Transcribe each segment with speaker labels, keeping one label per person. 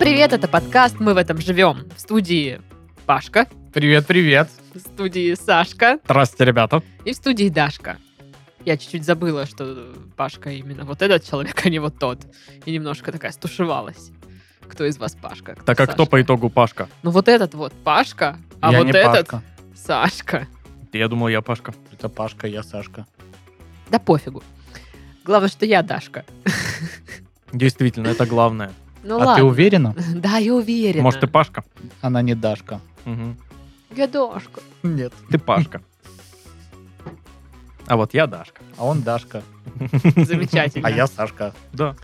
Speaker 1: привет! Это подкаст «Мы в этом живем». В студии Пашка,
Speaker 2: Привет, привет.
Speaker 1: в студии Сашка
Speaker 2: Здравствуйте, ребята.
Speaker 1: и в студии Дашка. Я чуть-чуть забыла, что Пашка именно вот этот человек, а не вот тот. И немножко такая стушевалась. Кто из вас Пашка? Кто
Speaker 2: Так а кто
Speaker 1: Сашка?
Speaker 2: по итогу Пашка?
Speaker 1: Ну вот этот вот Пашка, а
Speaker 2: я
Speaker 1: вот
Speaker 2: не
Speaker 1: этот
Speaker 2: Пашка.
Speaker 1: Сашка.
Speaker 2: Я думал, я Пашка.
Speaker 3: Это Пашка, я Сашка.
Speaker 1: Да пофигу. Главное, что я Дашка.
Speaker 2: Действительно, это главное.
Speaker 1: Ну
Speaker 3: а
Speaker 1: ладно.
Speaker 3: ты уверена?
Speaker 1: Да, я уверена.
Speaker 2: Может, ты Пашка?
Speaker 3: Она не Дашка.
Speaker 2: Мгм.
Speaker 1: Я Дашка.
Speaker 3: Нет.
Speaker 2: Ты Пашка. А вот я Дашка.
Speaker 3: А он Дашка.
Speaker 1: Замечательно.
Speaker 3: А я Сашка.
Speaker 2: Да.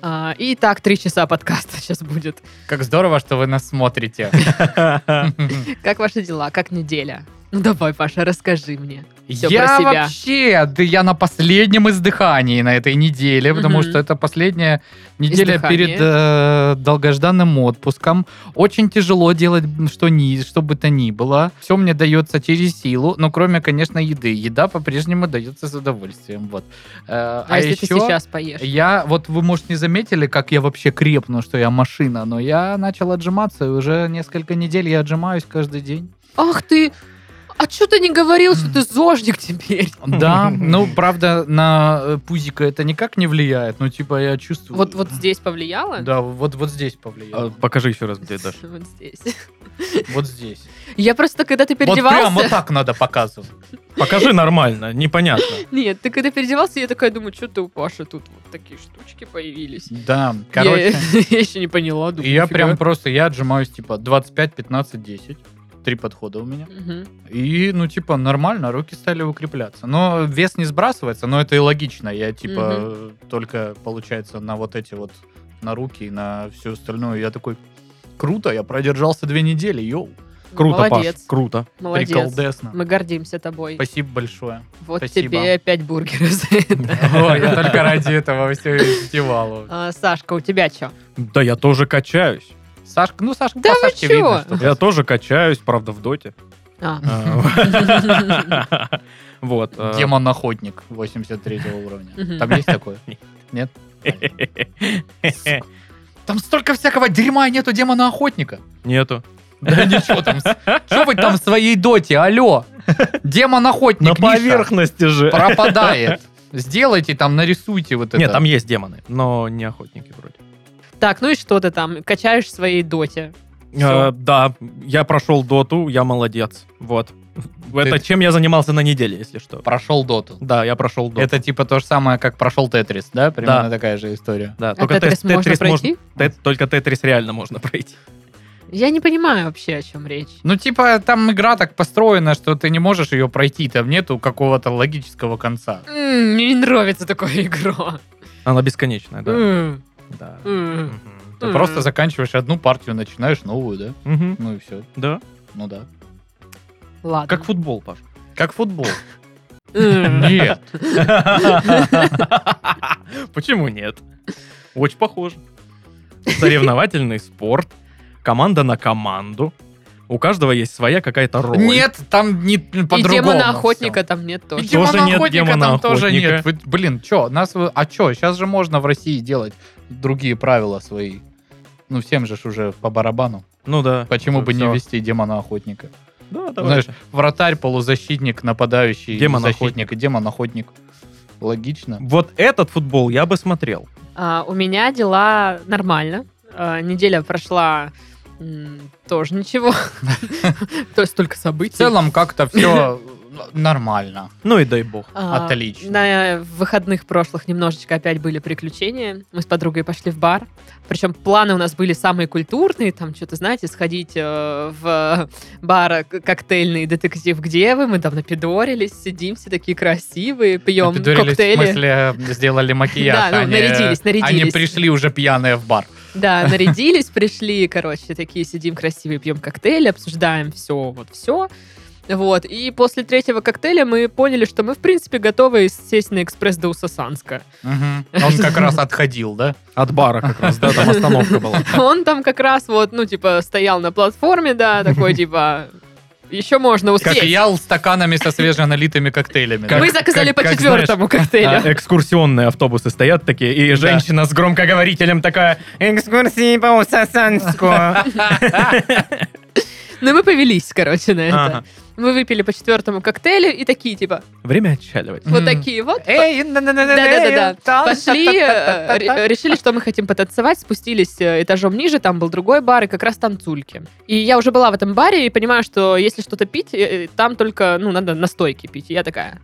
Speaker 1: А, и так три часа подкаста сейчас будет.
Speaker 4: Как здорово, что вы нас смотрите.
Speaker 2: А,
Speaker 1: Как ваши дела? Как неделя? Ну давай, Паша, расскажи мне. Всё
Speaker 4: я
Speaker 1: про себя.
Speaker 4: вообще, да я на последнем издыхании на этой неделе, потому
Speaker 1: Мгм.
Speaker 4: что это последняя неделя
Speaker 1: Издыхание.
Speaker 4: перед э, долгожданным отпуском. Очень тяжело делать м, что, ни, что бы то ни было. Все мне дается через силу, но кроме, конечно, еды. Еда по-прежнему дается с удовольствием. Вот. Э, а
Speaker 1: А, если ты
Speaker 4: ещё
Speaker 1: сейчас поешь?
Speaker 4: Я, вот вы, может, не заметили, как я вообще крепну, что я машина, но я начал отжиматься, и уже несколько недель я отжимаюсь каждый день.
Speaker 1: Ах ты! А что ты не говорил, что ты зожник теперь?
Speaker 4: Да, ну, правда, на э, пузико это никак не влияет, но типа я чувствую...
Speaker 1: Вот, вот здесь повлияло?
Speaker 4: Да, вот, вот здесь
Speaker 2: А,
Speaker 4: повлияло.
Speaker 2: Покажи еще раз, где
Speaker 1: Вот
Speaker 2: Даша.
Speaker 1: здесь.
Speaker 4: Вот здесь.
Speaker 1: Я просто, когда ты
Speaker 4: Вот
Speaker 1: переодевался...
Speaker 4: прям вот так надо показывать.
Speaker 2: Покажи нормально, непонятно.
Speaker 1: Нет, ты когда переодевался, я такая думаю, что-то у Паши тут вот такие штучки появились.
Speaker 4: Да,
Speaker 1: Я-
Speaker 4: короче.
Speaker 1: Я еще не поняла,
Speaker 4: И
Speaker 1: думаю.
Speaker 4: я
Speaker 1: «Фига».
Speaker 4: прям просто, я отжимаюсь типа 25, 15, 10. Три подхода у меня.
Speaker 1: Мгм.
Speaker 4: И, ну, типа, нормально, руки стали укрепляться. Но вес не сбрасывается, но это и логично. Я, типа, э, только, получается, на вот эти вот, на руки и на все остальное. Я такой, круто, я продержался две недели, йоу.
Speaker 2: Круто, Паш.
Speaker 1: Молодец.
Speaker 2: Круто.
Speaker 1: Молодец.
Speaker 4: Приколдесно.
Speaker 1: Мы гордимся тобой.
Speaker 4: Спасибо большое.
Speaker 1: Вот
Speaker 4: спасибо.
Speaker 1: тебе опять бургеры за это.
Speaker 4: Ой, я только ради этого все издевал.
Speaker 1: А, Сашка, у тебя что?
Speaker 2: Да я тоже качаюсь.
Speaker 4: Сашка, ну Сашка,
Speaker 1: Да
Speaker 4: по
Speaker 1: вы
Speaker 4: Сашке
Speaker 1: чё? А,
Speaker 4: видно, что...
Speaker 2: Я тоже качаюсь, правда, в доте. А, Вот. э,
Speaker 4: Демон-охотник 83
Speaker 1: Мгм.
Speaker 4: уровня. Там есть такое? Нет? Там столько всякого дерьма и нету демона-охотника.
Speaker 2: Нету.
Speaker 4: Да ничего там. Что вы там в своей доте? Алло.
Speaker 2: На
Speaker 4: Демон-охотник, Миша,
Speaker 2: поверхности же. Э,
Speaker 4: пропадает. Сделайте там, нарисуйте вот это.
Speaker 2: Нет, там есть демоны, но не охотники вроде.
Speaker 1: Так, ну и что ты там? Качаешь в своей доте. Всё.
Speaker 2: Э, Да, я прошел доту, я молодец. Вот. Это
Speaker 4: Ты-
Speaker 2: чем я занимался на неделе, если что.
Speaker 4: Прошел доту.
Speaker 2: Да, я прошел доту.
Speaker 4: Это типа то же самое, как прошел Тетрис, да? Примерно такая же история.
Speaker 2: Да,
Speaker 1: А
Speaker 2: только
Speaker 1: Тетрис
Speaker 2: Тет-
Speaker 1: можно
Speaker 2: Тетрис можно-
Speaker 1: пройти?
Speaker 2: Тет- Только Тетрис реально можно пройти.
Speaker 1: Я не понимаю вообще, о чем речь.
Speaker 4: Ну, типа, там игра так построена, что ты не можешь ее пройти, там нету какого-то логического конца.
Speaker 1: М, Мне не нравится такое игра.
Speaker 2: Она бесконечная, да.
Speaker 1: М,
Speaker 2: Да.
Speaker 1: м.
Speaker 2: Мгм.
Speaker 4: Ты
Speaker 1: Мгм.
Speaker 4: просто заканчиваешь одну партию, начинаешь новую, да?
Speaker 2: Мгм.
Speaker 4: Ну и все.
Speaker 2: Да.
Speaker 4: Ну да.
Speaker 1: Ладно.
Speaker 2: Как футбол, Паш.
Speaker 4: Как футбол.
Speaker 1: М.
Speaker 4: Нет.
Speaker 2: Почему нет? Очень похоже. Соревновательный спорт. Команда на команду. У каждого есть своя какая-то роль.
Speaker 4: Нет, там не
Speaker 1: И
Speaker 4: по-другому.
Speaker 1: демона охотника там нет
Speaker 4: всё. И
Speaker 1: тоже.
Speaker 2: Идем. Тоже нет
Speaker 4: демона-охотника там тоже
Speaker 2: демона-охотника.
Speaker 4: нет. Вы- блин, чё, нас... вы- А чё, сейчас же можно в России делать другие правила свои. Ну, всем же ж уже по барабану.
Speaker 2: Ну да.
Speaker 4: Почему бы не
Speaker 2: Всё.
Speaker 4: вести демона-охотника?
Speaker 2: Да, давай.
Speaker 4: Знаешь, вратарь, полузащитник, нападающий,
Speaker 2: Демон-охотник.
Speaker 4: защитник и демон-охотник. Логично.
Speaker 2: Вот этот футбол я бы смотрел.
Speaker 1: А, У меня дела нормально. А, Неделя прошла м, тоже ничего. То есть только
Speaker 4: В
Speaker 1: событий.
Speaker 4: целом как-то все нормально.
Speaker 2: Ну и дай бог.
Speaker 1: А,
Speaker 4: Отлично.
Speaker 1: На выходных прошлых немножечко опять были приключения. Мы с подругой пошли в бар. Причем планы у нас были самые культурные. Там что-то, знаете, сходить э, в бар к- коктейльный детектив «Где вы?». Мы там напидорились, сидим все такие красивые, пьем
Speaker 4: Напидорились,
Speaker 1: коктейли.
Speaker 4: в смысле сделали макияж.
Speaker 1: Да, ну,
Speaker 4: а не-
Speaker 1: нарядились, нарядились.
Speaker 4: Они пришли уже пьяные в бар.
Speaker 1: Да, нарядились, пришли, короче, такие сидим красивые, пьем коктейли, обсуждаем все, вот все. Вот, и после третьего коктейля мы поняли, что мы, в принципе, готовы сесть на экспресс до Усасанска.
Speaker 4: Мгм. Он как раз отходил, да?
Speaker 2: От бара как раз, да, там остановка была.
Speaker 1: Он там как раз вот, ну, типа, стоял на платформе, да, такой, типа, Еще можно
Speaker 4: Как
Speaker 1: успеть.
Speaker 4: ял стаканами со свеженалитыми коктейлями. да?
Speaker 1: Мы заказали
Speaker 2: как-
Speaker 1: по
Speaker 2: как
Speaker 1: четвертому
Speaker 2: А,
Speaker 1: коктейлю.
Speaker 2: экскурсионные автобусы стоят такие, и женщина с громкоговорителем такая «Экскурсии по Усасанску».
Speaker 1: Ну, мы повелись, короче, на это.
Speaker 2: Ага.
Speaker 1: Мы выпили по четвертому коктейлю и такие, типа,
Speaker 2: Время отчаливать.
Speaker 1: вот
Speaker 4: М.
Speaker 1: такие вот.
Speaker 2: Эй,
Speaker 1: Да-да-да-да. Пошли, э, ре- решили, что мы хотим потанцевать, спустились э, этажом ниже, там был другой бар, и как раз танцульки. И я уже была в этом баре и понимаю, что если что-то пить, э, э, там только, ну, надо настойки пить. И я такая,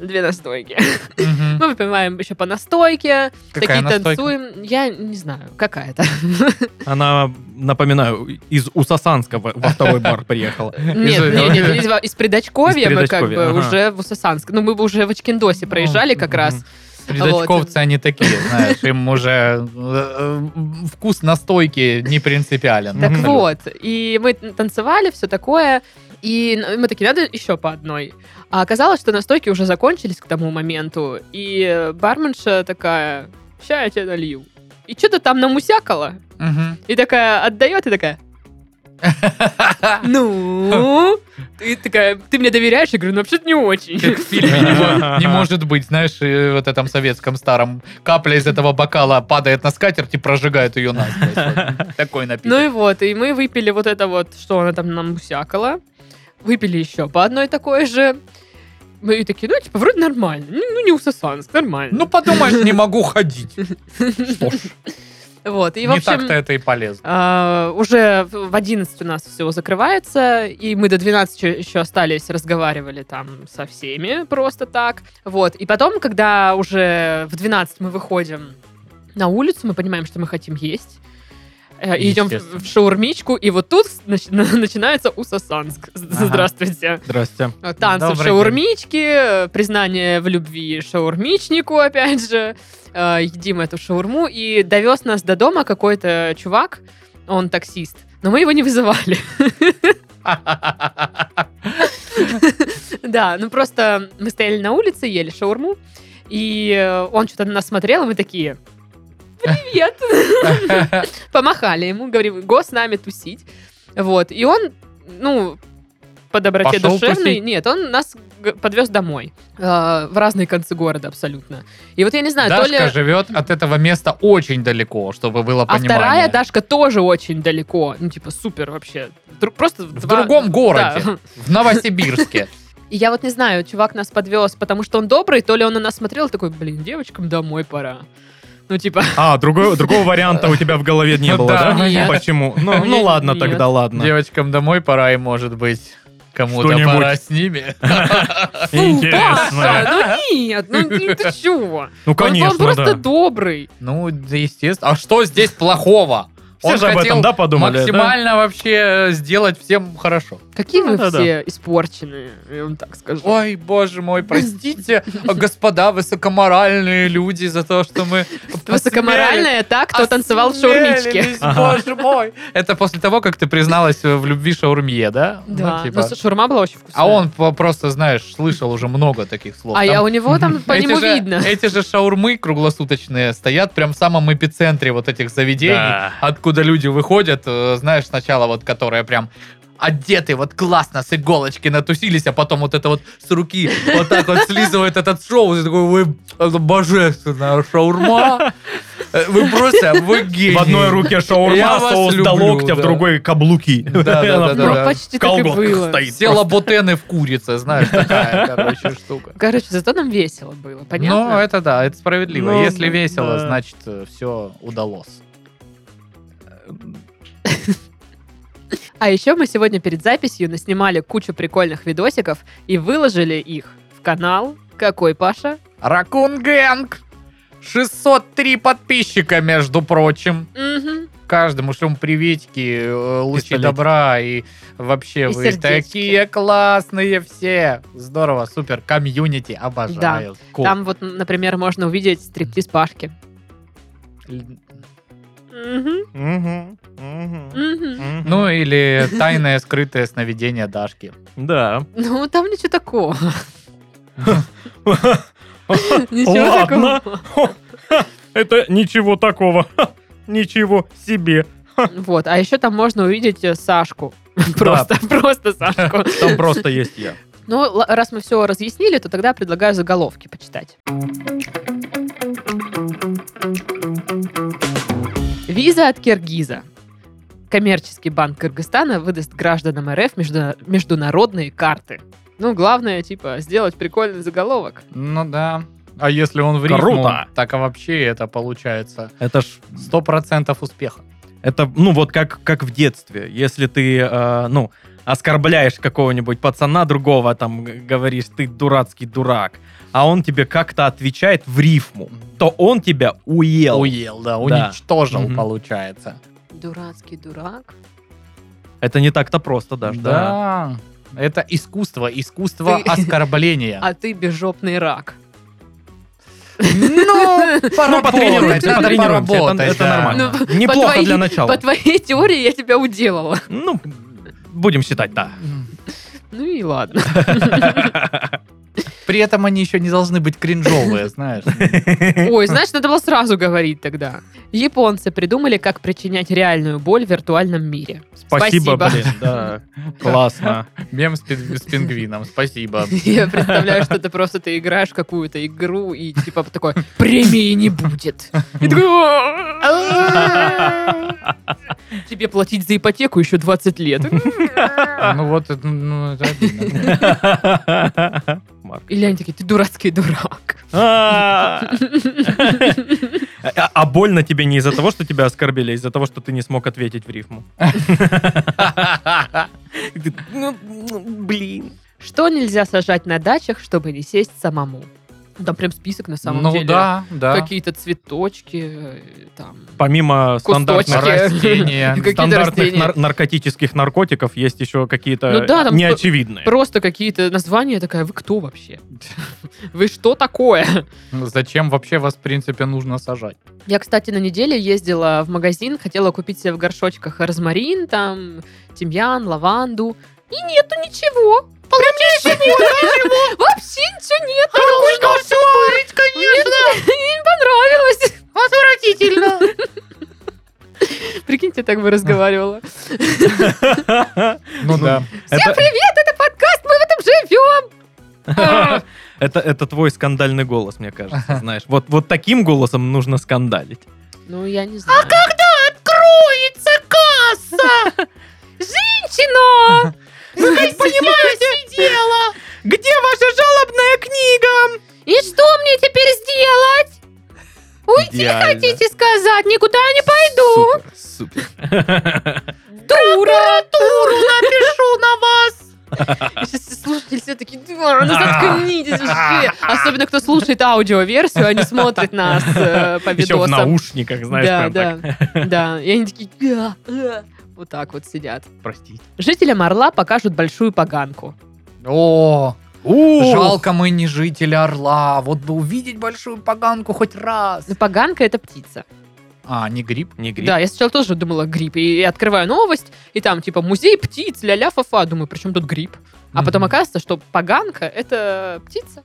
Speaker 1: две настойки.
Speaker 4: Мгм.
Speaker 1: Мы выпиваем еще по настойке,
Speaker 4: Какая
Speaker 1: такие
Speaker 4: настойка?
Speaker 1: танцуем. Я не знаю, какая-то.
Speaker 2: Она, напоминаю, из Усасанска во во второй бар приехала.
Speaker 1: Нет,
Speaker 4: Из-
Speaker 1: нет, нет, из, из Придачковья
Speaker 2: Из
Speaker 1: мы как бы
Speaker 2: Придачковья, ага.
Speaker 1: уже в Усасанск. Ну, мы бы уже в Очкиндосе проезжали как раз.
Speaker 4: Придачковцы они такие, знаешь, им уже э, э, вкус настойки не принципиален.
Speaker 1: Так
Speaker 2: Мгм.
Speaker 1: вот, и мы танцевали, все такое. И мы такие, надо еще по одной. А оказалось, что настойки уже закончились к тому моменту. И барменша такая, ща я тебе налью. И что-то там намусякала.
Speaker 4: Мгм.
Speaker 1: И такая отдает, и такая, ну? И такая, ты мне доверяешь? Я говорю, ну вообще-то не очень.
Speaker 4: Как в фильме не мо- не может быть, знаешь, э, вот этом советском старом капля из этого бокала падает на скатерть и прожигает ее насквозь. Вот Такой
Speaker 1: Ну и
Speaker 4: напиток.
Speaker 1: вот, и мы выпили вот это вот, что она там нам усякала. Выпили еще по одной такой же. Мы и такие, ну, типа, вроде нормально. Ну, ну, не усосанск, нормально.
Speaker 4: Ну, подумаешь, не могу ходить.
Speaker 1: вот, и, в
Speaker 4: Не так-то
Speaker 1: общем,
Speaker 4: это и полезно.
Speaker 1: а, уже в в 11 у нас все закрывается, и мы до 12 еще остались, разговаривали там со всеми просто так. Вот, и потом, когда уже в 12 мы выходим на улицу, мы понимаем, что мы хотим есть. Э, И идем в-
Speaker 4: Естественно.
Speaker 1: в шаурмичку, и вот тут нач- начинается Усасанск. З-
Speaker 4: Ага.
Speaker 1: Здравствуйте.
Speaker 2: Здрасте.
Speaker 1: А, Танцы в
Speaker 4: Добрый
Speaker 1: шаурмичке, э, признание в любви шаурмичнику, опять же. Э, Едим эту шаурму. И довез нас до дома какой-то чувак, он таксист. Но мы его не вызывали. Да, ну просто мы стояли на улице, ели шаурму. И э, он что-то на нас смотрел, и мы такие... Привет! помахали ему, говорим, го с нами тусить. Вот, и он, ну, по доброте
Speaker 4: Пошел
Speaker 1: душевной,
Speaker 4: тусить?
Speaker 1: нет, он нас г- подвез домой, э, в разные концы города абсолютно. И вот я не знаю, то ли...
Speaker 4: Дашка живет от этого места очень далеко, чтобы было
Speaker 1: А
Speaker 4: понимание.
Speaker 1: вторая Дашка тоже очень далеко, ну, типа, супер вообще. Дру- просто
Speaker 4: В другом городе, в Новосибирске.
Speaker 1: И я вот не знаю, чувак нас подвез, потому что он добрый, то ли он на нас смотрел и такой, блин, девочкам домой пора. Ну, типа,
Speaker 2: А, другой- другого варианта у тебя в голове не
Speaker 4: Ну
Speaker 2: было,
Speaker 4: да,
Speaker 2: да?
Speaker 1: нет.
Speaker 2: Почему? Ну ну
Speaker 1: Нет,
Speaker 2: ладно,
Speaker 1: нет.
Speaker 2: тогда ладно.
Speaker 4: Девочкам домой пора и, может быть, кому-то
Speaker 2: Что-нибудь.
Speaker 4: пора с ними.
Speaker 1: ну,
Speaker 2: Интересно.
Speaker 1: Даша, ну нет, ну ну ты чего?
Speaker 2: Ну,
Speaker 1: Он-
Speaker 2: конечно,
Speaker 1: Он просто
Speaker 2: да.
Speaker 1: добрый.
Speaker 4: Ну, да, естественно. А что здесь плохого?
Speaker 2: Все же об этом, да, подумали? да?
Speaker 4: максимально вообще э, сделать всем хорошо.
Speaker 1: Какие
Speaker 2: Ну,
Speaker 1: вы
Speaker 2: да-да.
Speaker 1: все испорченные, я вам так скажу.
Speaker 4: Ой, боже мой, простите, господа высокоморальные люди, за то, что мы
Speaker 1: Высокоморальная та, кто танцевал в шаурмичке.
Speaker 4: Осмелились,
Speaker 2: Ага.
Speaker 4: Боже мой. Это после того, как ты призналась в любви шаурмье, да? Ну,
Speaker 1: Да,
Speaker 4: типа.
Speaker 1: но шаурма была очень вкусная.
Speaker 4: А он по- просто, знаешь, слышал уже много таких слов.
Speaker 1: А
Speaker 4: Там
Speaker 1: я у него там по
Speaker 4: эти
Speaker 1: нему
Speaker 4: же-
Speaker 1: видно.
Speaker 4: Эти же шаурмы круглосуточные стоят прям в самом эпицентре вот этих заведений,
Speaker 2: Да.
Speaker 4: откуда люди выходят, э, знаешь, сначала вот, которые прям одеты вот классно, с иголочки натусились, а потом вот это вот с руки вот так вот слизывает этот шоу, и такой, вы, это божественная шаурма, Э, вы просто, вы гений.
Speaker 2: В одной руке шаурма,
Speaker 4: Я вас
Speaker 2: соус до
Speaker 4: люблю,
Speaker 2: локтя, в
Speaker 4: да.
Speaker 2: другой каблуки.
Speaker 4: Да-да-да-да.
Speaker 1: Ну,
Speaker 4: да.
Speaker 1: Почти
Speaker 2: В
Speaker 1: так и
Speaker 2: колготках
Speaker 1: было.
Speaker 2: стоит.
Speaker 4: Все лабутены в курице, знаешь, такая, короче, штука.
Speaker 1: Короче, зато нам весело было,
Speaker 4: Ну,
Speaker 1: понятно?
Speaker 4: это да, это справедливо.
Speaker 2: Ну,
Speaker 4: Если весело,
Speaker 2: да.
Speaker 4: значит, все удалось.
Speaker 1: А еще мы сегодня перед записью наснимали кучу прикольных видосиков и выложили их в канал. Какой, Паша?
Speaker 4: Ракун Гэнг! 603 подписчика, между прочим.
Speaker 1: Мгм.
Speaker 4: Каждому шлем приветики, э, лучи
Speaker 2: Пистолетики.
Speaker 4: добра и вообще
Speaker 1: И
Speaker 4: вы
Speaker 1: сердечки.
Speaker 4: такие классные все. Здорово, супер, комьюнити, обожаю. Кул.
Speaker 1: Там вот, например, можно увидеть стриптиз Пашки. Мгм.
Speaker 2: Мгм, мгм,
Speaker 1: Мгм.
Speaker 2: мгм.
Speaker 4: Ну или тайное скрытое сновидение Дашки.
Speaker 2: да.
Speaker 1: Ну, там ничего такого. Ничего
Speaker 2: Ладно.
Speaker 1: такого.
Speaker 2: Это ничего такого. Ничего себе.
Speaker 1: Вот. А еще там можно увидеть э, Сашку. Просто, просто Сашку.
Speaker 2: Там просто есть я.
Speaker 1: Ну, л- раз мы все разъяснили, то тогда предлагаю заголовки почитать. Виза от Киргиза. Коммерческий банк Кыргызстана выдаст гражданам РФ между- международные карты. Ну, главное, типа, сделать прикольный заголовок.
Speaker 4: Ну да. А если он в рифму,
Speaker 2: Круто.
Speaker 4: так а вообще это получается
Speaker 2: Это ж
Speaker 4: 100% успеха.
Speaker 2: Это, ну, вот как, как в детстве. Если ты, э, ну, оскорбляешь какого-нибудь пацана другого, там, г- говоришь, ты дурацкий дурак, а он тебе как-то отвечает в рифму, то он тебя уел.
Speaker 4: Уел, да,
Speaker 2: уничтожил,
Speaker 4: уничтожил, получается.
Speaker 1: Дурацкий дурак.
Speaker 2: Это не так-то просто даже, да?
Speaker 4: Да. Это искусство, искусство
Speaker 1: Ты-
Speaker 4: оскорбления.
Speaker 1: А ты безжопный рак.
Speaker 4: Ну,
Speaker 2: Ну, потренируемся,
Speaker 4: надо
Speaker 2: потренируемся. Это-
Speaker 4: поработать,
Speaker 2: Это,
Speaker 4: да.
Speaker 2: нормально.
Speaker 1: Ну, по
Speaker 2: Неплохо
Speaker 1: твоей-
Speaker 2: для начала.
Speaker 1: По твоей теории я тебя уделала.
Speaker 2: Ну, будем считать, да.
Speaker 1: Ну и ладно.
Speaker 4: При этом они еще не должны быть кринжовые, знаешь.
Speaker 1: Ой, значит, надо было сразу говорить тогда. Японцы придумали, как причинять реальную боль в виртуальном мире.
Speaker 2: Спасибо,
Speaker 1: Спасибо.
Speaker 2: блин, да. Классно.
Speaker 4: Мем с пин- с пингвином, спасибо.
Speaker 1: Я представляю, что ты просто ты играешь в какую-то игру и типа такой премии не будет. И такой, «А-а-а». а». Тебе платить за ипотеку еще 20 лет.
Speaker 4: Ну вот, это, ну, это обидно.
Speaker 2: Марк.
Speaker 1: Или они такие, ты дурацкий дурак.
Speaker 2: А а- а больно тебе не из-за того, что тебя оскорбили, а из-за того, что ты не смог ответить в рифму. Ты, ну, ну, Блин.
Speaker 1: Что нельзя сажать на дачах, чтобы не сесть самому? Ну, Там прям список на самом
Speaker 4: Ну
Speaker 1: деле.
Speaker 4: да, да.
Speaker 1: Какие-то цветочки, э, там,
Speaker 2: Помимо стандартных,
Speaker 1: Кусточки.
Speaker 4: растения.
Speaker 1: Какие-то
Speaker 2: стандартных
Speaker 1: растения.
Speaker 2: нар- наркотических наркотиков есть еще какие-то
Speaker 1: Ну да, там
Speaker 2: неочевидные.
Speaker 1: Просто какие-то названия я такая, вы кто вообще? Вы что такое?
Speaker 4: Зачем вообще вас, в принципе, нужно сажать?
Speaker 1: Я, кстати, на неделе ездила в магазин, хотела купить себе в горшочках розмарин, там, тимьян, лаванду. И нету ничего. Вообще ничего. А Вообще ничего нет. Только все варить, конечно. Не понравилось. Отвратительно. Прикиньте, так бы разговаривала.
Speaker 4: Ну да.
Speaker 1: Всем
Speaker 2: Это-
Speaker 1: привет, это подкаст, мы в этом живем. А.
Speaker 2: Это, это твой скандальный голос, мне кажется, знаешь. Вот, вот таким голосом нужно скандалить.
Speaker 1: Ну, я не знаю. А когда откроется касса? Женщина! Вы хоть понимаете дело?
Speaker 2: Где ваша жалобная книга?
Speaker 1: И что мне теперь сделать? Уйти
Speaker 2: Идеально.
Speaker 1: хотите сказать? Никуда не пойду.
Speaker 2: Супер, супер.
Speaker 1: Дура! Туру напишу на вас. Сейчас слушатели все такие, «Да, ну заткнитесь вообще. Особенно, кто слушает аудиоверсию, они смотрят нас э, по
Speaker 2: Еще в
Speaker 1: видосам.
Speaker 2: наушниках, знаешь, прям так.
Speaker 1: да, да. И они такие, «Га, а». вот так вот сидят.
Speaker 2: Простите.
Speaker 1: Жителям Орла покажут большую поганку.
Speaker 4: О,
Speaker 2: Жалко.
Speaker 4: жалко мы не жители Орла. Вот бы увидеть большую поганку хоть раз.
Speaker 1: Ну, поганка — это птица.
Speaker 4: А, не гриб?
Speaker 2: Не грипп.
Speaker 1: Да, я сначала тоже думала гриб. И я открываю новость, и там типа музей птиц, ля-ля, фа-фа. Думаю, при чем тут гриб? А потом
Speaker 4: Мгм.
Speaker 1: оказывается, что поганка — это птица.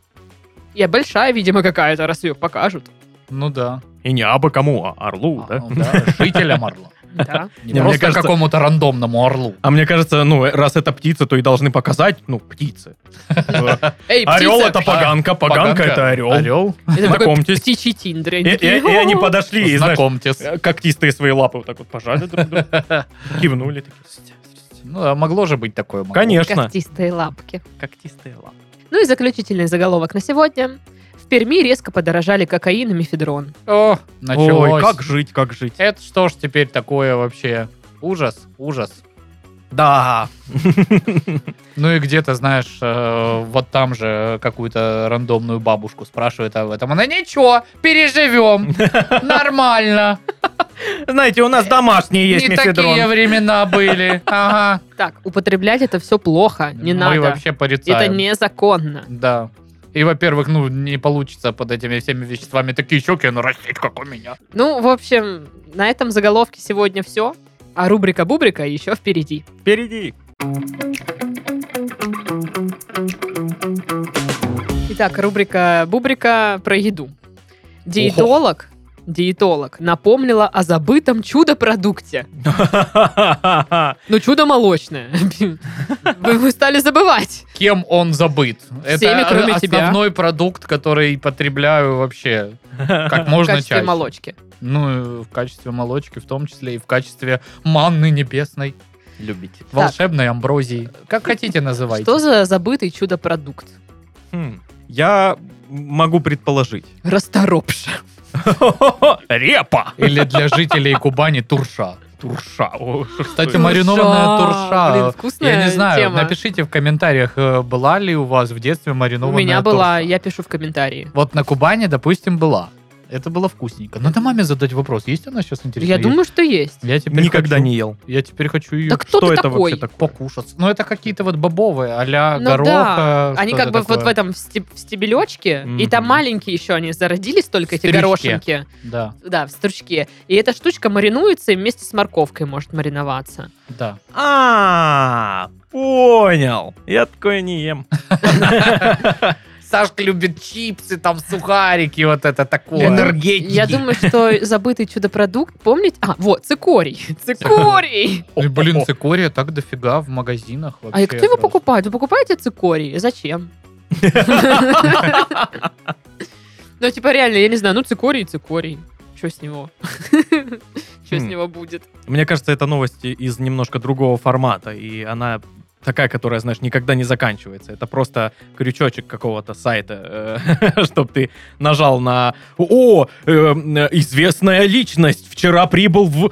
Speaker 1: Я большая, видимо, какая-то, раз ее покажут.
Speaker 4: Ну да.
Speaker 2: И не абы кому, а орлу,
Speaker 4: А,
Speaker 2: да?
Speaker 4: ну да, Жителям Орла.
Speaker 1: Да.
Speaker 4: Не
Speaker 2: Не, мне
Speaker 4: просто
Speaker 2: кажется-
Speaker 4: какому-то рандомному Орлу.
Speaker 2: А мне кажется, ну, раз это птица, то и должны показать, ну, птицы.
Speaker 1: Эй, птица!
Speaker 2: Орел это поганка, поганка это орел.
Speaker 4: Орел?
Speaker 1: Это такой
Speaker 2: знакомьтесь.
Speaker 1: птичий тиндер.
Speaker 2: И и- и они подошли, и, знаешь, э,
Speaker 4: Знакомьтесь.
Speaker 2: когтистые свои лапы вот так вот пожали друг друга, кивнули. такие, «Здрасте, здрасте».
Speaker 4: Ну, а могло же быть такое. могло.
Speaker 2: Конечно.
Speaker 1: Когтистые лапки.
Speaker 2: Когтистые лапы.
Speaker 1: Ну и заключительный заголовок на сегодня. В Перми резко подорожали кокаин и мефедрон.
Speaker 4: О, началось.
Speaker 2: Ой, как жить, как жить.
Speaker 4: Это что ж теперь такое вообще? Ужас, ужас.
Speaker 2: Да.
Speaker 4: Ну и где-то, знаешь, э, вот там же какую-то рандомную бабушку спрашивает об этом. Она, ничего, переживем, нормально.
Speaker 2: Знаете, у нас домашние есть
Speaker 4: Не такие
Speaker 2: мефедрон.
Speaker 4: времена были. Ага.
Speaker 1: Так, употреблять это все плохо, не
Speaker 4: Мы
Speaker 1: надо.
Speaker 4: вообще порицаем.
Speaker 1: Это незаконно.
Speaker 4: Да. И, во-первых, ну, не получится под этими всеми веществами такие щеки, ну, растить, как у меня.
Speaker 1: Ну, в общем, на этом заголовке сегодня все. А рубрика Бубрика еще впереди.
Speaker 2: Впереди.
Speaker 1: Итак, рубрика Бубрика про еду. Диетолог диетолог, напомнила о забытом чудо-продукте. Ну, чудо-молочное. Вы вы стали забывать.
Speaker 4: Кем он забыт?
Speaker 1: Всеми,
Speaker 4: Это
Speaker 1: кроме тебя.
Speaker 4: основной продукт, который потребляю вообще как
Speaker 1: В
Speaker 4: можно
Speaker 1: качестве
Speaker 4: чаще.
Speaker 1: молочки.
Speaker 4: Ну, и в качестве молочки в том числе и в качестве манны небесной,
Speaker 2: Любите.
Speaker 4: волшебной амброзии. Как хотите называйте.
Speaker 1: Что за забытый чудо-продукт?
Speaker 2: Хм. Я могу предположить.
Speaker 1: Расторопша.
Speaker 2: Репа!
Speaker 4: Или для жителей Кубани турша.
Speaker 2: Турша. О, что ж
Speaker 4: Кстати,
Speaker 2: такое?
Speaker 4: маринованная турша.
Speaker 1: Блин, вкусная
Speaker 4: Я не знаю,
Speaker 1: тема.
Speaker 4: напишите в комментариях, э, была ли у вас в детстве
Speaker 1: У
Speaker 4: маринованная
Speaker 1: меня была,
Speaker 4: турша.
Speaker 1: я пишу в комментарии.
Speaker 4: Вот на Кубани, допустим, была. Это было вкусненько. Надо маме задать вопрос, есть она сейчас интересная?
Speaker 1: Я думаю, что есть.
Speaker 4: я теперь
Speaker 2: Никогда
Speaker 4: хочу-
Speaker 2: не ел.
Speaker 4: Я теперь хочу ее
Speaker 1: Да кто
Speaker 2: Что
Speaker 1: ты
Speaker 2: это
Speaker 1: такой?
Speaker 2: вообще такое?
Speaker 4: покушать. Ну, это какие-то вот бобовые, а-ля
Speaker 1: Ну
Speaker 4: горох.
Speaker 1: да,
Speaker 4: э,
Speaker 1: они
Speaker 4: что-то
Speaker 1: как бы
Speaker 4: такое.
Speaker 1: вот в этом в стеб- в стебелечке, и
Speaker 2: Мгм.
Speaker 1: там маленькие еще они зародились только,
Speaker 4: В
Speaker 1: эти
Speaker 4: стрючке.
Speaker 1: горошинки.
Speaker 4: Да,
Speaker 1: Да, в стручке. И эта штучка маринуется и вместе с морковкой может мариноваться.
Speaker 4: да.
Speaker 2: А, понял. Я такое не ем.
Speaker 4: Сашка любит чипсы, там сухарики, вот это такое.
Speaker 2: Энергетики.
Speaker 1: Я думаю, что забытый чудо-продукт, помнить... А, вот, цикорий. Цикорий!
Speaker 4: Ой, Блин, цикория так дофига в магазинах
Speaker 1: А
Speaker 4: вообще.
Speaker 1: и кто его
Speaker 4: просто.
Speaker 1: покупает? Вы покупаете цикорий? Зачем? Ну, типа, реально, я не знаю, ну, цикорий, цикорий. Что с него? Что с
Speaker 2: Хм.
Speaker 1: него будет?
Speaker 2: Мне кажется, это новости из немножко другого формата, и она такая, которая, знаешь, никогда не заканчивается. Это просто крючочек какого-то сайта, чтобы ты нажал на «О, э, м, э, известная личность вчера прибыл в...»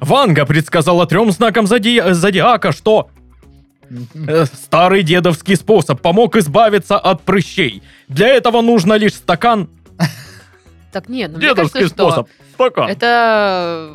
Speaker 2: Ванга предсказала трем знакам зоди- зодиака, что э, старый дедовский способ помог избавиться от прыщей. Для этого нужно лишь стакан.
Speaker 1: Так нет, ну, мне
Speaker 2: Дедовский
Speaker 1: кажется, что
Speaker 2: способ. А. Стакан.
Speaker 1: это...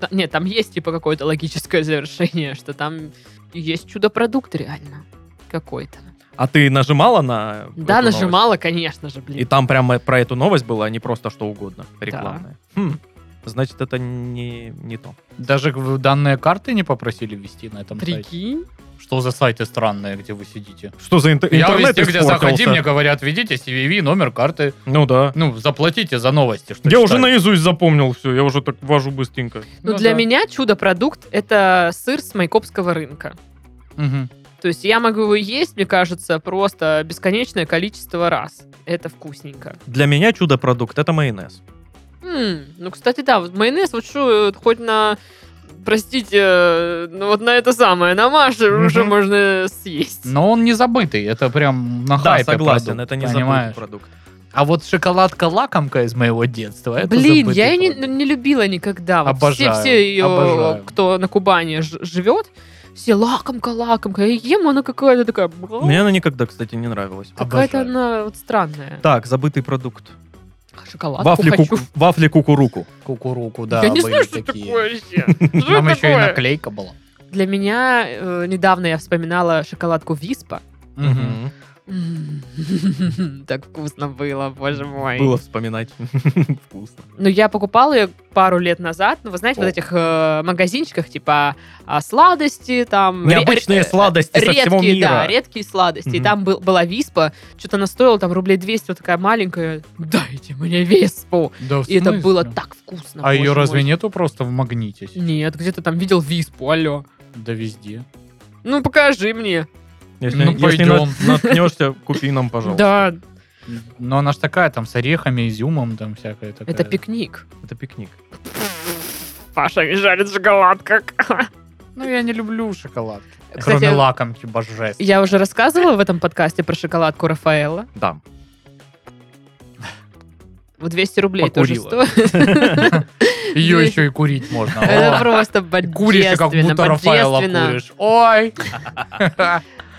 Speaker 1: та- Нет, там есть, типа, какое-то логическое завершение, что там есть чудо-продукт реально какой-то.
Speaker 2: А ты нажимала на...
Speaker 1: Да,
Speaker 2: эту новость?
Speaker 1: нажимала, конечно же,
Speaker 2: И
Speaker 1: блин.
Speaker 2: там прямо про эту новость была, а не просто что угодно рекламная. Хм, значит, это не, не то.
Speaker 4: Даже в- данные карты не попросили ввести на этом сайте.
Speaker 1: Прикинь.
Speaker 4: Что за сайты странные, где вы сидите?
Speaker 2: Что за интер-
Speaker 4: Я
Speaker 2: интернет
Speaker 4: везде, где заходи,
Speaker 2: испортился?
Speaker 4: мне говорят, введите CVV, номер карты.
Speaker 2: Ну да.
Speaker 4: Ну, заплатите за новости, что
Speaker 2: Я уже
Speaker 4: читаете.
Speaker 2: наизусть запомнил все, я уже так вожу быстренько.
Speaker 1: Ну,
Speaker 4: Ну
Speaker 1: для
Speaker 4: да.
Speaker 1: меня чудо-продукт — это сыр с майкопского рынка.
Speaker 4: Мгм.
Speaker 1: То есть я могу его есть, мне кажется, просто бесконечное количество раз. Это вкусненько.
Speaker 2: Для меня чудо-продукт — это майонез.
Speaker 1: М, ну, кстати, да, вот майонез вот что, э, хоть на... Простите, э, ну вот на это самое, на Маше
Speaker 2: Мгм.
Speaker 1: уже можно съесть.
Speaker 4: Но он не забытый, это прям
Speaker 1: А
Speaker 4: на
Speaker 2: да,
Speaker 4: хайпе
Speaker 2: согласен,
Speaker 4: продукт,
Speaker 2: это не
Speaker 4: понимаешь?
Speaker 2: забытый продукт.
Speaker 4: А вот шоколадка-лакомка из моего детства, это
Speaker 1: Блин,
Speaker 4: забытый
Speaker 1: я ее не,
Speaker 4: продукт.
Speaker 1: не любила никогда. Вот
Speaker 4: Обожаю,
Speaker 1: Все, все ее,
Speaker 4: обожаю.
Speaker 1: кто на Кубани ж- живет, все лакомка, лакомка. Я ем, она какая-то такая... бла,
Speaker 2: Мне она никогда, кстати, не нравилась.
Speaker 1: Какая-то
Speaker 4: Ну, обожаю.
Speaker 1: она вот странная.
Speaker 2: Так, забытый продукт.
Speaker 1: Шоколадку
Speaker 2: Вафли,
Speaker 1: хочу.
Speaker 2: куку- вафли кукуруку.
Speaker 4: Кукуруку, да,
Speaker 1: я не
Speaker 4: были
Speaker 1: знаю, что
Speaker 4: такие.
Speaker 1: такое вообще. Что
Speaker 4: Там еще и
Speaker 1: такое?
Speaker 4: наклейка была.
Speaker 1: Для меня э, недавно я вспоминала шоколадку Виспа.
Speaker 4: Мгм.
Speaker 1: М, Так вкусно было, боже мой.
Speaker 2: Было вспоминать. Вкусно.
Speaker 1: Ну, я покупала ее пару лет назад. Ну, вы знаете, вот
Speaker 2: О.
Speaker 1: этих э, магазинчиках, типа а, сладости, там... ре-
Speaker 2: Необычные
Speaker 1: ре-
Speaker 2: сладости со всего
Speaker 1: Редкие,
Speaker 2: мира.
Speaker 1: да, редкие сладости. И
Speaker 2: Мгм.
Speaker 1: там был- была виспа, что-то она стоила там рублей 200, вот такая маленькая. Дайте мне виспу.
Speaker 4: Да, в
Speaker 1: И это
Speaker 4: смысле?
Speaker 1: было так вкусно.
Speaker 4: А ее
Speaker 1: боже
Speaker 4: разве
Speaker 1: мой.
Speaker 4: нету просто в магните?
Speaker 1: Нет, где ты там видел виспу, алло.
Speaker 4: Да везде.
Speaker 1: Ну, покажи мне.
Speaker 2: Если,
Speaker 4: Ну,
Speaker 2: если на-
Speaker 4: пойдем.
Speaker 2: наткнешься, купи нам, пожалуйста.
Speaker 1: Да,
Speaker 4: Но она ж такая, там, с орехами, изюмом, там всякая такая.
Speaker 1: это пикник.
Speaker 2: Это пикник.
Speaker 1: Паша не жарит шоколадка.
Speaker 4: Ну, я не люблю шоколадки.
Speaker 1: Кстати,
Speaker 4: Кроме типа, лакомки божественной.
Speaker 1: Я уже рассказывала в этом подкасте про шоколадку Рафаэла.
Speaker 2: Да.
Speaker 1: В 200 рублей
Speaker 2: Покурила.
Speaker 1: тоже стоит.
Speaker 4: Ее
Speaker 1: Здесь-
Speaker 4: еще и курить можно.
Speaker 1: Э, Это
Speaker 4: О,
Speaker 1: просто
Speaker 4: и Куришь, и
Speaker 1: божественно,
Speaker 4: как будто Рафаэла
Speaker 1: божественно.
Speaker 4: куришь. Ой!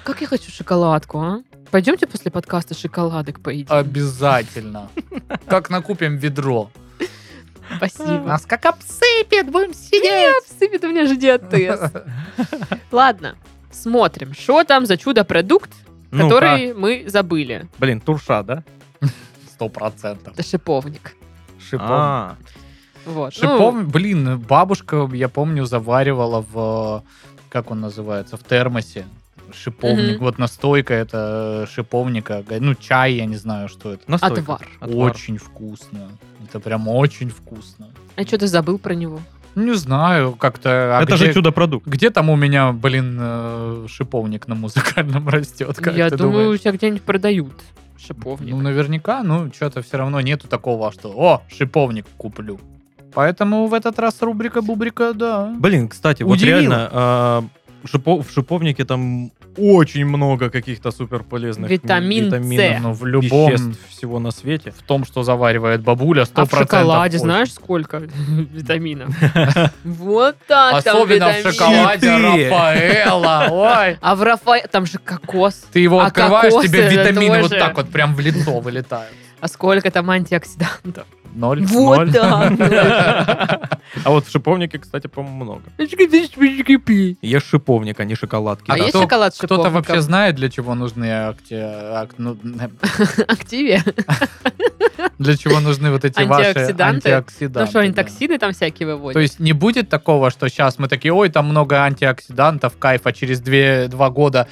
Speaker 1: Как я хочу шоколадку, а? Пойдемте после подкаста шоколадок поедим.
Speaker 4: Обязательно. Как накупим ведро.
Speaker 1: Спасибо.
Speaker 4: как обсыпет, будем
Speaker 1: Меня обсыпет, у меня же диатез. Ладно, смотрим, что там за чудо-продукт,
Speaker 2: Ну-ка.
Speaker 1: который мы забыли.
Speaker 2: Блин, турша, да?
Speaker 4: Сто процентов.
Speaker 1: Это шиповник.
Speaker 4: Шипов.
Speaker 2: А,
Speaker 1: Вот. ну,
Speaker 4: Шипов, блин, бабушка, я помню, заваривала в, э, как он называется, в термосе. шиповник.
Speaker 1: Мгм.
Speaker 4: Вот настойка это шиповника. га- Ну, чай, я не знаю, что это.
Speaker 2: Настойка.
Speaker 1: Отвар.
Speaker 4: Очень вкусно. Это прям очень вкусно.
Speaker 1: А что ты забыл про него?
Speaker 4: Не знаю, как-то... а
Speaker 2: Это
Speaker 4: где-
Speaker 2: же чудо-продукт.
Speaker 4: Где там у меня, блин, э, шиповник на музыкальном растет? Как
Speaker 1: Я
Speaker 4: ты
Speaker 1: думаю,
Speaker 4: думаешь?
Speaker 1: у тебя где-нибудь продают шиповник.
Speaker 4: Ну, наверняка, ну, что-то все равно нету такого, что «О, шиповник куплю». Поэтому в этот раз рубрика-бубрика, да.
Speaker 2: Блин, кстати, вот
Speaker 4: Удивило.
Speaker 2: реально а, шипо- в шиповнике там очень много каких-то суперполезных
Speaker 1: Витамин
Speaker 2: ми-
Speaker 1: С.
Speaker 2: витаминов,
Speaker 4: Ну, в любом...
Speaker 2: веществ всего на свете.
Speaker 4: В том, что заваривает бабуля, 100%
Speaker 1: а в шоколаде
Speaker 4: очень.
Speaker 1: знаешь сколько витаминов? Вот так там
Speaker 4: Особенно в
Speaker 1: витамин.
Speaker 4: шоколаде
Speaker 2: Четыре.
Speaker 4: Рафаэла, ой.
Speaker 1: А в Рафаэ... Там же кокос.
Speaker 4: Ты его
Speaker 1: А
Speaker 4: открываешь,
Speaker 1: кокосы
Speaker 4: тебе
Speaker 1: это
Speaker 4: витамины вот
Speaker 1: тоже.
Speaker 4: так вот прям в лицо вылетают.
Speaker 1: А сколько там антиоксидантов?
Speaker 4: Ноль,
Speaker 1: Вот
Speaker 4: ноль.
Speaker 1: так.
Speaker 2: А вот в шиповнике, кстати, по-моему, много.
Speaker 1: А
Speaker 2: Ешь шиповник, а не шоколадки. да.
Speaker 1: есть
Speaker 4: кто-
Speaker 1: шоколад с
Speaker 4: Кто-то
Speaker 1: шиповником?
Speaker 4: вообще знает, для чего нужны акти... ак- ну,
Speaker 1: Активе.
Speaker 4: для чего нужны вот эти ваши
Speaker 1: Антиоксиданты?
Speaker 4: антиоксиданты?
Speaker 1: Ну что, они
Speaker 4: да.
Speaker 1: токсины там всякие
Speaker 4: То
Speaker 1: выводят?
Speaker 4: есть не будет такого, что сейчас мы такие, ой, там много антиоксидантов, кайф, а через две, два года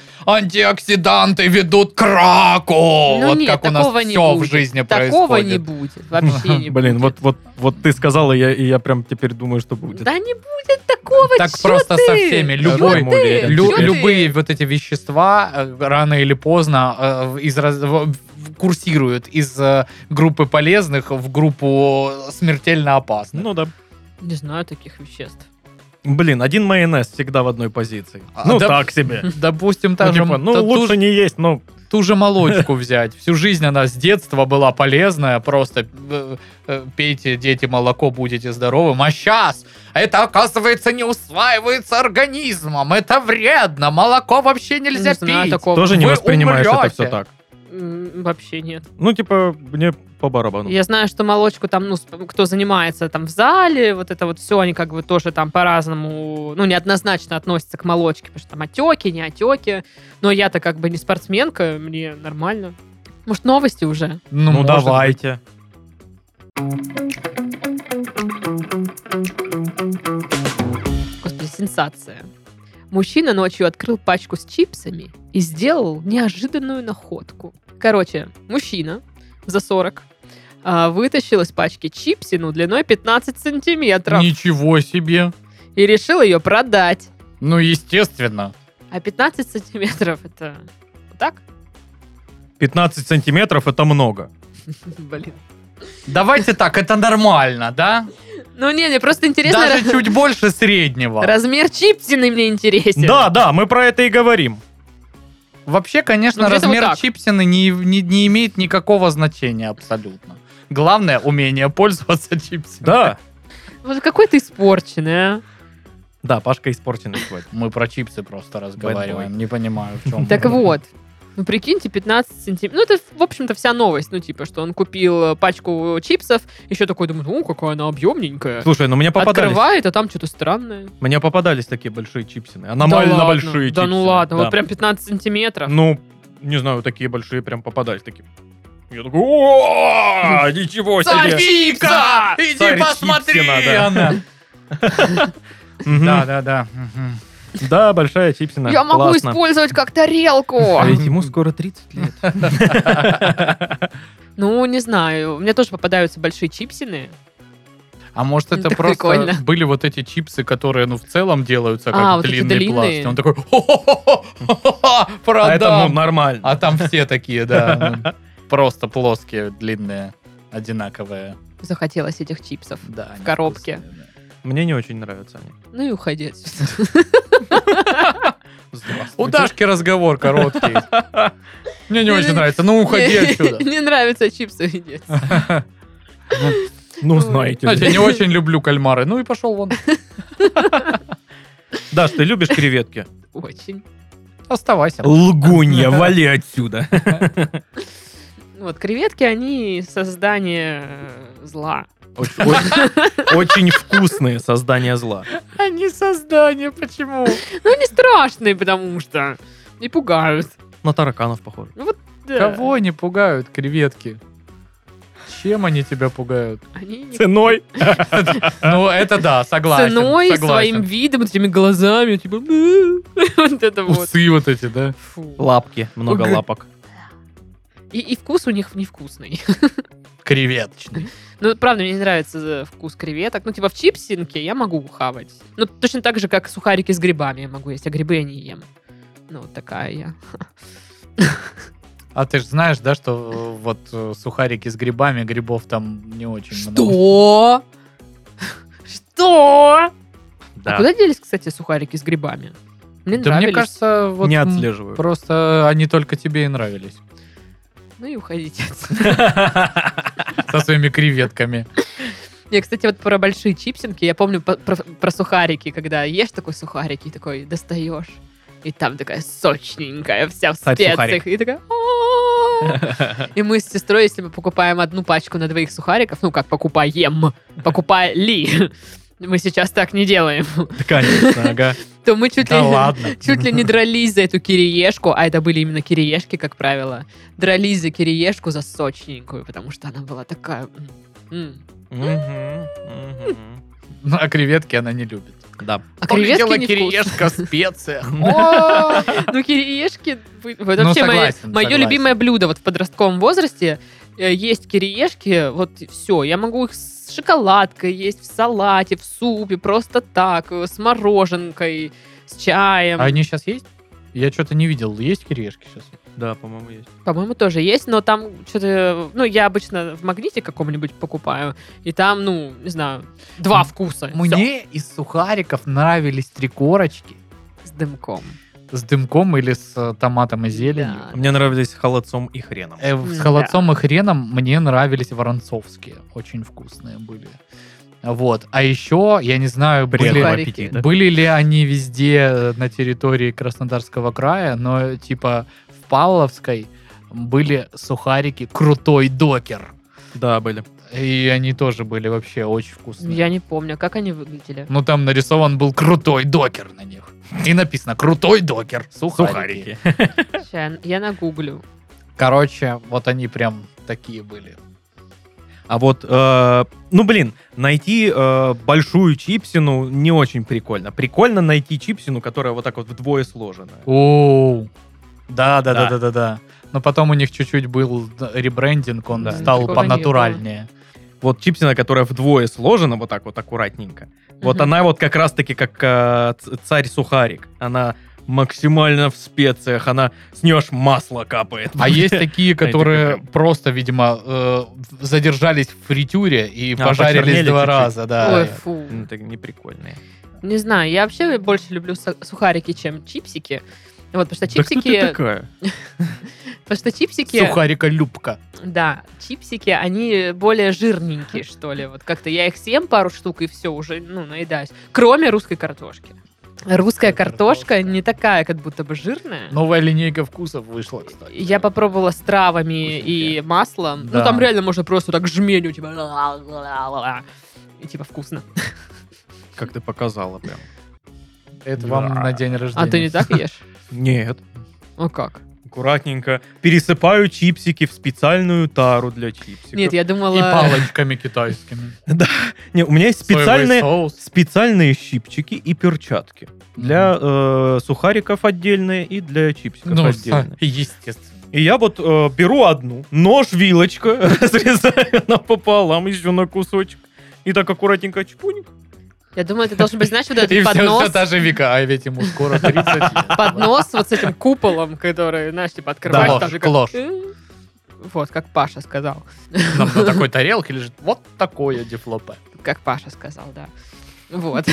Speaker 4: антиоксиданты ведут к раку.
Speaker 1: Ну
Speaker 4: вот
Speaker 1: нет,
Speaker 4: как у нас
Speaker 1: такого не
Speaker 4: все в
Speaker 1: будет.
Speaker 4: жизни
Speaker 1: Такого
Speaker 4: происходит.
Speaker 1: не будет. Вообще не будет.
Speaker 2: Блин, вот, вот, вот ты сказала, и я, и я прям теперь думаю, что будет.
Speaker 1: Да не будет такого,
Speaker 4: Так
Speaker 1: чё
Speaker 4: просто со
Speaker 1: ты?
Speaker 4: всеми,
Speaker 2: Я
Speaker 4: любой-
Speaker 2: прям уверен.
Speaker 4: Лю-
Speaker 1: Чё ты?
Speaker 4: любые вот эти вещества э, рано или поздно э, в- из раз- в- в- курсируют из э, группы полезных в группу смертельно опасных.
Speaker 2: Ну да.
Speaker 1: Не знаю таких веществ.
Speaker 2: Блин, один майонез всегда в одной позиции.
Speaker 4: А,
Speaker 2: ну
Speaker 4: да-
Speaker 2: так себе.
Speaker 4: Допустим, та
Speaker 2: Ну,
Speaker 4: же,
Speaker 2: типа, ну,
Speaker 4: та- ту
Speaker 2: лучше
Speaker 4: же-
Speaker 2: не есть, но
Speaker 4: ту же молочку взять. Всю жизнь она с детства была полезная, просто э, э, пейте, дети, молоко, будете здоровым. А сейчас это, оказывается, не усваивается организмом, это вредно, молоко вообще нельзя
Speaker 1: Не знаю
Speaker 4: пить.
Speaker 1: такого.
Speaker 2: тоже не
Speaker 4: Вы
Speaker 2: воспринимаешь это
Speaker 4: умрёте.
Speaker 2: все так.
Speaker 1: М, Вообще нет.
Speaker 2: Ну, типа, мне по барабану.
Speaker 1: Я знаю, что молочку там, ну, сп- кто занимается там в зале, вот это вот все, они как бы тоже там по-разному, ну, неоднозначно относятся к молочке, потому что там отеки, не отеки. Но я-то как бы не спортсменка, мне нормально. Может, новости уже?
Speaker 4: Ну,
Speaker 2: Ну,
Speaker 4: может
Speaker 2: давайте.
Speaker 1: Господи, сенсация. Мужчина ночью открыл пачку с чипсами и сделал неожиданную находку. Короче, мужчина за 40 а, вытащил из пачки чипсину длиной 15 сантиметров
Speaker 4: Ничего себе.
Speaker 1: и решил ее продать.
Speaker 4: Ну, естественно.
Speaker 1: А 15 сантиметров это вот так?
Speaker 2: 15 сантиметров это много.
Speaker 1: Блин.
Speaker 4: Давайте так, это нормально, да?
Speaker 1: Ну не, мне просто интересно.
Speaker 4: Даже
Speaker 1: раз-
Speaker 4: чуть больше среднего.
Speaker 1: Размер чипсины мне интересен.
Speaker 2: Да, да, мы про это и говорим.
Speaker 4: Вообще, конечно,
Speaker 1: Ну, где-то вот
Speaker 4: размер
Speaker 1: так.
Speaker 4: чипсины не, не, не имеет никакого значения абсолютно. Главное умение пользоваться чипсиной.
Speaker 2: Да.
Speaker 1: Вот какой ты испорченный, а.
Speaker 2: Да, Пашка испорченный человек.
Speaker 4: Мы про чипсы просто разговариваем. Не понимаю, в чем.
Speaker 1: Так вот. Ну, прикиньте, 15 сантиметров. Ну, это, в общем-то, вся новость. Ну, типа, что он купил э, пачку чипсов, еще такой думает, ну, какая она объемненькая.
Speaker 2: Слушай, ну мне попадались.
Speaker 1: Открывает, а там что-то странное.
Speaker 2: Мне попадались такие большие чипсины.
Speaker 1: Да
Speaker 2: Аномально
Speaker 1: ладно,
Speaker 2: большие
Speaker 1: Да
Speaker 2: чипсины.
Speaker 1: ну ладно,
Speaker 2: Да.
Speaker 1: вот прям 15 сантиметров.
Speaker 2: Ну, не знаю, такие большие прям попадались такие. Я такой, «О, ничего себе!
Speaker 4: Софийка! Иди
Speaker 2: Царь
Speaker 4: посмотри!
Speaker 2: чипсина,
Speaker 4: она.
Speaker 2: Мгм.
Speaker 4: Да, да, да. мгм.
Speaker 2: Да, большая чипсина.
Speaker 1: Я могу
Speaker 2: Классно.
Speaker 1: использовать как тарелку.
Speaker 2: А ведь ему скоро 30 лет.
Speaker 1: Ну, не знаю. Мне тоже попадаются большие чипсины.
Speaker 4: А может, это
Speaker 1: Так
Speaker 4: просто
Speaker 1: прикольно.
Speaker 4: были вот эти чипсы, которые, ну, в целом делаются как
Speaker 1: А, вот эти
Speaker 4: длинный
Speaker 1: длинные.
Speaker 4: пласт. Он такой, «Хо-хо-хо-хо-хо-хо,
Speaker 2: А это ну,
Speaker 4: продам.
Speaker 2: нормально.
Speaker 4: А там все такие, да, ну, просто плоские, длинные, одинаковые.
Speaker 1: Захотелось этих чипсов.
Speaker 4: Да, они
Speaker 1: коробке.
Speaker 4: вкусные,
Speaker 2: Мне не очень нравятся они.
Speaker 1: Ну и уходи отсюда.
Speaker 4: да. У Дашки разговор короткий. Мне не очень нравится. Ну, уходи отсюда.
Speaker 1: Не нравятся чипсы, иди отсюда.
Speaker 2: Ну, знаете.
Speaker 4: Знаете, я не очень люблю кальмары. Ну и пошел вон.
Speaker 2: Даш, ты любишь креветки?
Speaker 1: Очень.
Speaker 4: Оставайся.
Speaker 2: Лгунья, вали отсюда.
Speaker 1: Ну Вот, креветки, они создание э, зла.
Speaker 2: Очень- Очень очень вкусные создания зла.
Speaker 4: Они А создание, почему?
Speaker 1: Ну, они страшные, потому что. И пугают.
Speaker 2: На тараканов похоже.
Speaker 1: Да.
Speaker 4: Кого они пугают, креветки? Чем они тебя пугают?
Speaker 1: Они не-
Speaker 2: Ценой.
Speaker 4: Ну, это да, согласен.
Speaker 1: ценой, своим
Speaker 4: согласен.
Speaker 1: видом, вот этими глазами, типа, «Бэ». вот это вот.
Speaker 4: Усы вот эти, да?
Speaker 1: Фу.
Speaker 2: Лапки, много
Speaker 4: Г-
Speaker 2: лапок.
Speaker 1: И, и вкус у них невкусный.
Speaker 4: Креветочные.
Speaker 1: Ну, правда, мне не нравится э, вкус креветок. Ну, типа, в чипсинке я могу хавать. Ну, точно так же, как сухарики с грибами я могу есть, а грибы я не ем. Ну, вот такая я.
Speaker 4: А ты же знаешь, да, что э, вот э, сухарики с грибами, грибов там не очень много.
Speaker 1: Что? Что? А
Speaker 2: Да.
Speaker 1: куда делись, кстати, сухарики с грибами? Мне
Speaker 4: Да мне
Speaker 1: нравились.
Speaker 4: кажется, вот
Speaker 2: Не
Speaker 4: м,
Speaker 2: отслеживаю.
Speaker 4: просто они только тебе и нравились.
Speaker 1: Ну и уходите отсюда.
Speaker 4: Со своими креветками.
Speaker 1: Я, кстати, вот про большие чипсинки, я помню по- про, про сухарики, когда ешь такой сухарики, такой достаешь, и там такая сочненькая, вся в
Speaker 2: Сайт
Speaker 1: специях,
Speaker 2: сухарик.
Speaker 1: и такая... «А-а-а». И мы с сестрой, если мы покупаем одну пачку на двоих сухариков, ну как покупаем, покупали, мы сейчас так не делаем,
Speaker 2: Да, Конечно, ага.
Speaker 1: то мы чуть ли
Speaker 4: Да ладно.
Speaker 1: чуть ли не дрались за эту кириешку, а это были именно кириешки, как правило, дрались за кириешку за сочненькую, потому что она была такая... м, м.
Speaker 2: Мгм, мгм.
Speaker 4: Ну, А креветки она не любит.
Speaker 2: Да.
Speaker 1: А креветки
Speaker 4: Увидела
Speaker 1: невкусные.
Speaker 4: кириешка в специях.
Speaker 1: Ну, кириешки... вы- вот
Speaker 4: Ну,
Speaker 1: Вообще,
Speaker 4: согласен,
Speaker 1: мое
Speaker 4: согласен.
Speaker 1: любимое блюдо вот в подростковом возрасте э, есть кириешки, вот все. Я могу их с шоколадкой есть, в салате, в супе, просто так, э, с мороженкой, с чаем.
Speaker 4: А они сейчас есть? Я что-то не видел. Есть кириешки сейчас?
Speaker 2: Да, по-моему, есть.
Speaker 1: По-моему, тоже есть, но там что-то... Ну, я обычно в магните каком-нибудь покупаю, и там, ну, не знаю, два
Speaker 4: М-
Speaker 1: вкуса. всё.
Speaker 4: Мне из сухариков нравились три корочки
Speaker 1: С дымком.
Speaker 4: с дымком или с э, томатом и зеленью.
Speaker 1: Да.
Speaker 2: Мне нравились холодцом и хреном.
Speaker 4: Э,
Speaker 1: М,
Speaker 4: С холодцом и хреном мне нравились воронцовские. Очень вкусные были. Вот. А еще, я не знаю,
Speaker 2: Приятного
Speaker 4: были,
Speaker 1: Сухарики.
Speaker 2: аппетита.
Speaker 4: были ли они везде э, на территории Краснодарского края, но э, типа в Павловской были сухарики «Крутой докер».
Speaker 2: Да, были.
Speaker 4: И они тоже были вообще очень вкусные.
Speaker 1: Я не помню, как они выглядели.
Speaker 4: Ну, там нарисован был крутой докер на них. И написано «Крутой докер». Сухарики.
Speaker 2: Сухарики.
Speaker 1: Ща Я, я нагуглю.
Speaker 4: Короче, вот они прям такие были.
Speaker 2: А вот, э, ну блин, найти э, большую чипсину не очень прикольно. Прикольно найти чипсину, которая вот так вот вдвое сложенная.
Speaker 4: Оу. Да, да, да,
Speaker 2: Да.
Speaker 4: да, да, да. Но потом у них чуть-чуть был ребрендинг, он
Speaker 2: Да.
Speaker 4: стал
Speaker 1: Такого не
Speaker 4: понатуральнее.
Speaker 2: Вот чипсина, которая вдвое сложена вот так вот аккуратненько. Вот
Speaker 1: Мгм.
Speaker 2: она вот как раз-таки как э, ц- царь сухарик. Она максимально в специях, она с нее аж масло капает.
Speaker 4: А есть такие,
Speaker 2: Знаете,
Speaker 4: которые
Speaker 2: прям.
Speaker 4: просто, видимо, э, в- задержались в фритюре и
Speaker 2: А,
Speaker 4: пожарились
Speaker 2: почернели
Speaker 4: два
Speaker 2: чуть-чуть.
Speaker 4: раза,
Speaker 1: Ой,
Speaker 4: да. Э,
Speaker 1: фу.
Speaker 2: Ну, Это неприкольные.
Speaker 1: Не знаю, я вообще больше люблю са- сухарики, чем чипсики. Вот, потому что
Speaker 2: Да кто
Speaker 1: чипсики...
Speaker 2: ты такая?
Speaker 1: потому что чипсики...
Speaker 4: Сухарика Любка.
Speaker 1: Да, чипсики, они более жирненькие, что ли. Вот как-то я их съем пару штук, и все, уже, ну, наедаюсь. Кроме русской картошки. Русская картошка,
Speaker 4: картошка. Ну,
Speaker 1: не такая, как будто бы жирная.
Speaker 4: Новая линейка вкусов вышла, кстати.
Speaker 1: Я попробовала с травами и маслом.
Speaker 4: Да.
Speaker 1: Ну, там реально можно просто так жменю, типа... И типа вкусно.
Speaker 2: Как ты показала прям.
Speaker 4: Это вам
Speaker 2: Да.
Speaker 4: на день рождения.
Speaker 1: А ты не так ешь?
Speaker 2: Нет.
Speaker 1: Ну как?
Speaker 2: Аккуратненько. Пересыпаю чипсики в специальную тару для чипсиков.
Speaker 1: Нет, я думала...
Speaker 4: Типа И палочками китайскими.
Speaker 2: Не, у меня есть специальные,
Speaker 4: Соевый соус.
Speaker 2: специальные щипчики и перчатки. Для э, сухариков отдельные и для чипсиков
Speaker 4: Ну,
Speaker 2: отдельные.
Speaker 4: са- естественно.
Speaker 2: И я вот э, беру одну, нож, вилочка, разрезаю напополам еще на кусочек. И так аккуратненько чпуник.
Speaker 1: Я думаю, ты должен быть, знаешь, вот
Speaker 4: И
Speaker 1: этот
Speaker 4: все,
Speaker 1: поднос,
Speaker 4: все та же Вика, а ведь ему скоро 30 лет.
Speaker 1: поднос вот с этим куполом, который, знаешь, типа открываешь,
Speaker 4: Да,
Speaker 1: там
Speaker 4: ложь,
Speaker 1: же как-
Speaker 4: ложь.
Speaker 1: Э, Вот, как Паша сказал.
Speaker 4: Нам на такой тарелке лежит вот такое дефлопе.
Speaker 1: Как Паша сказал, да. Вот.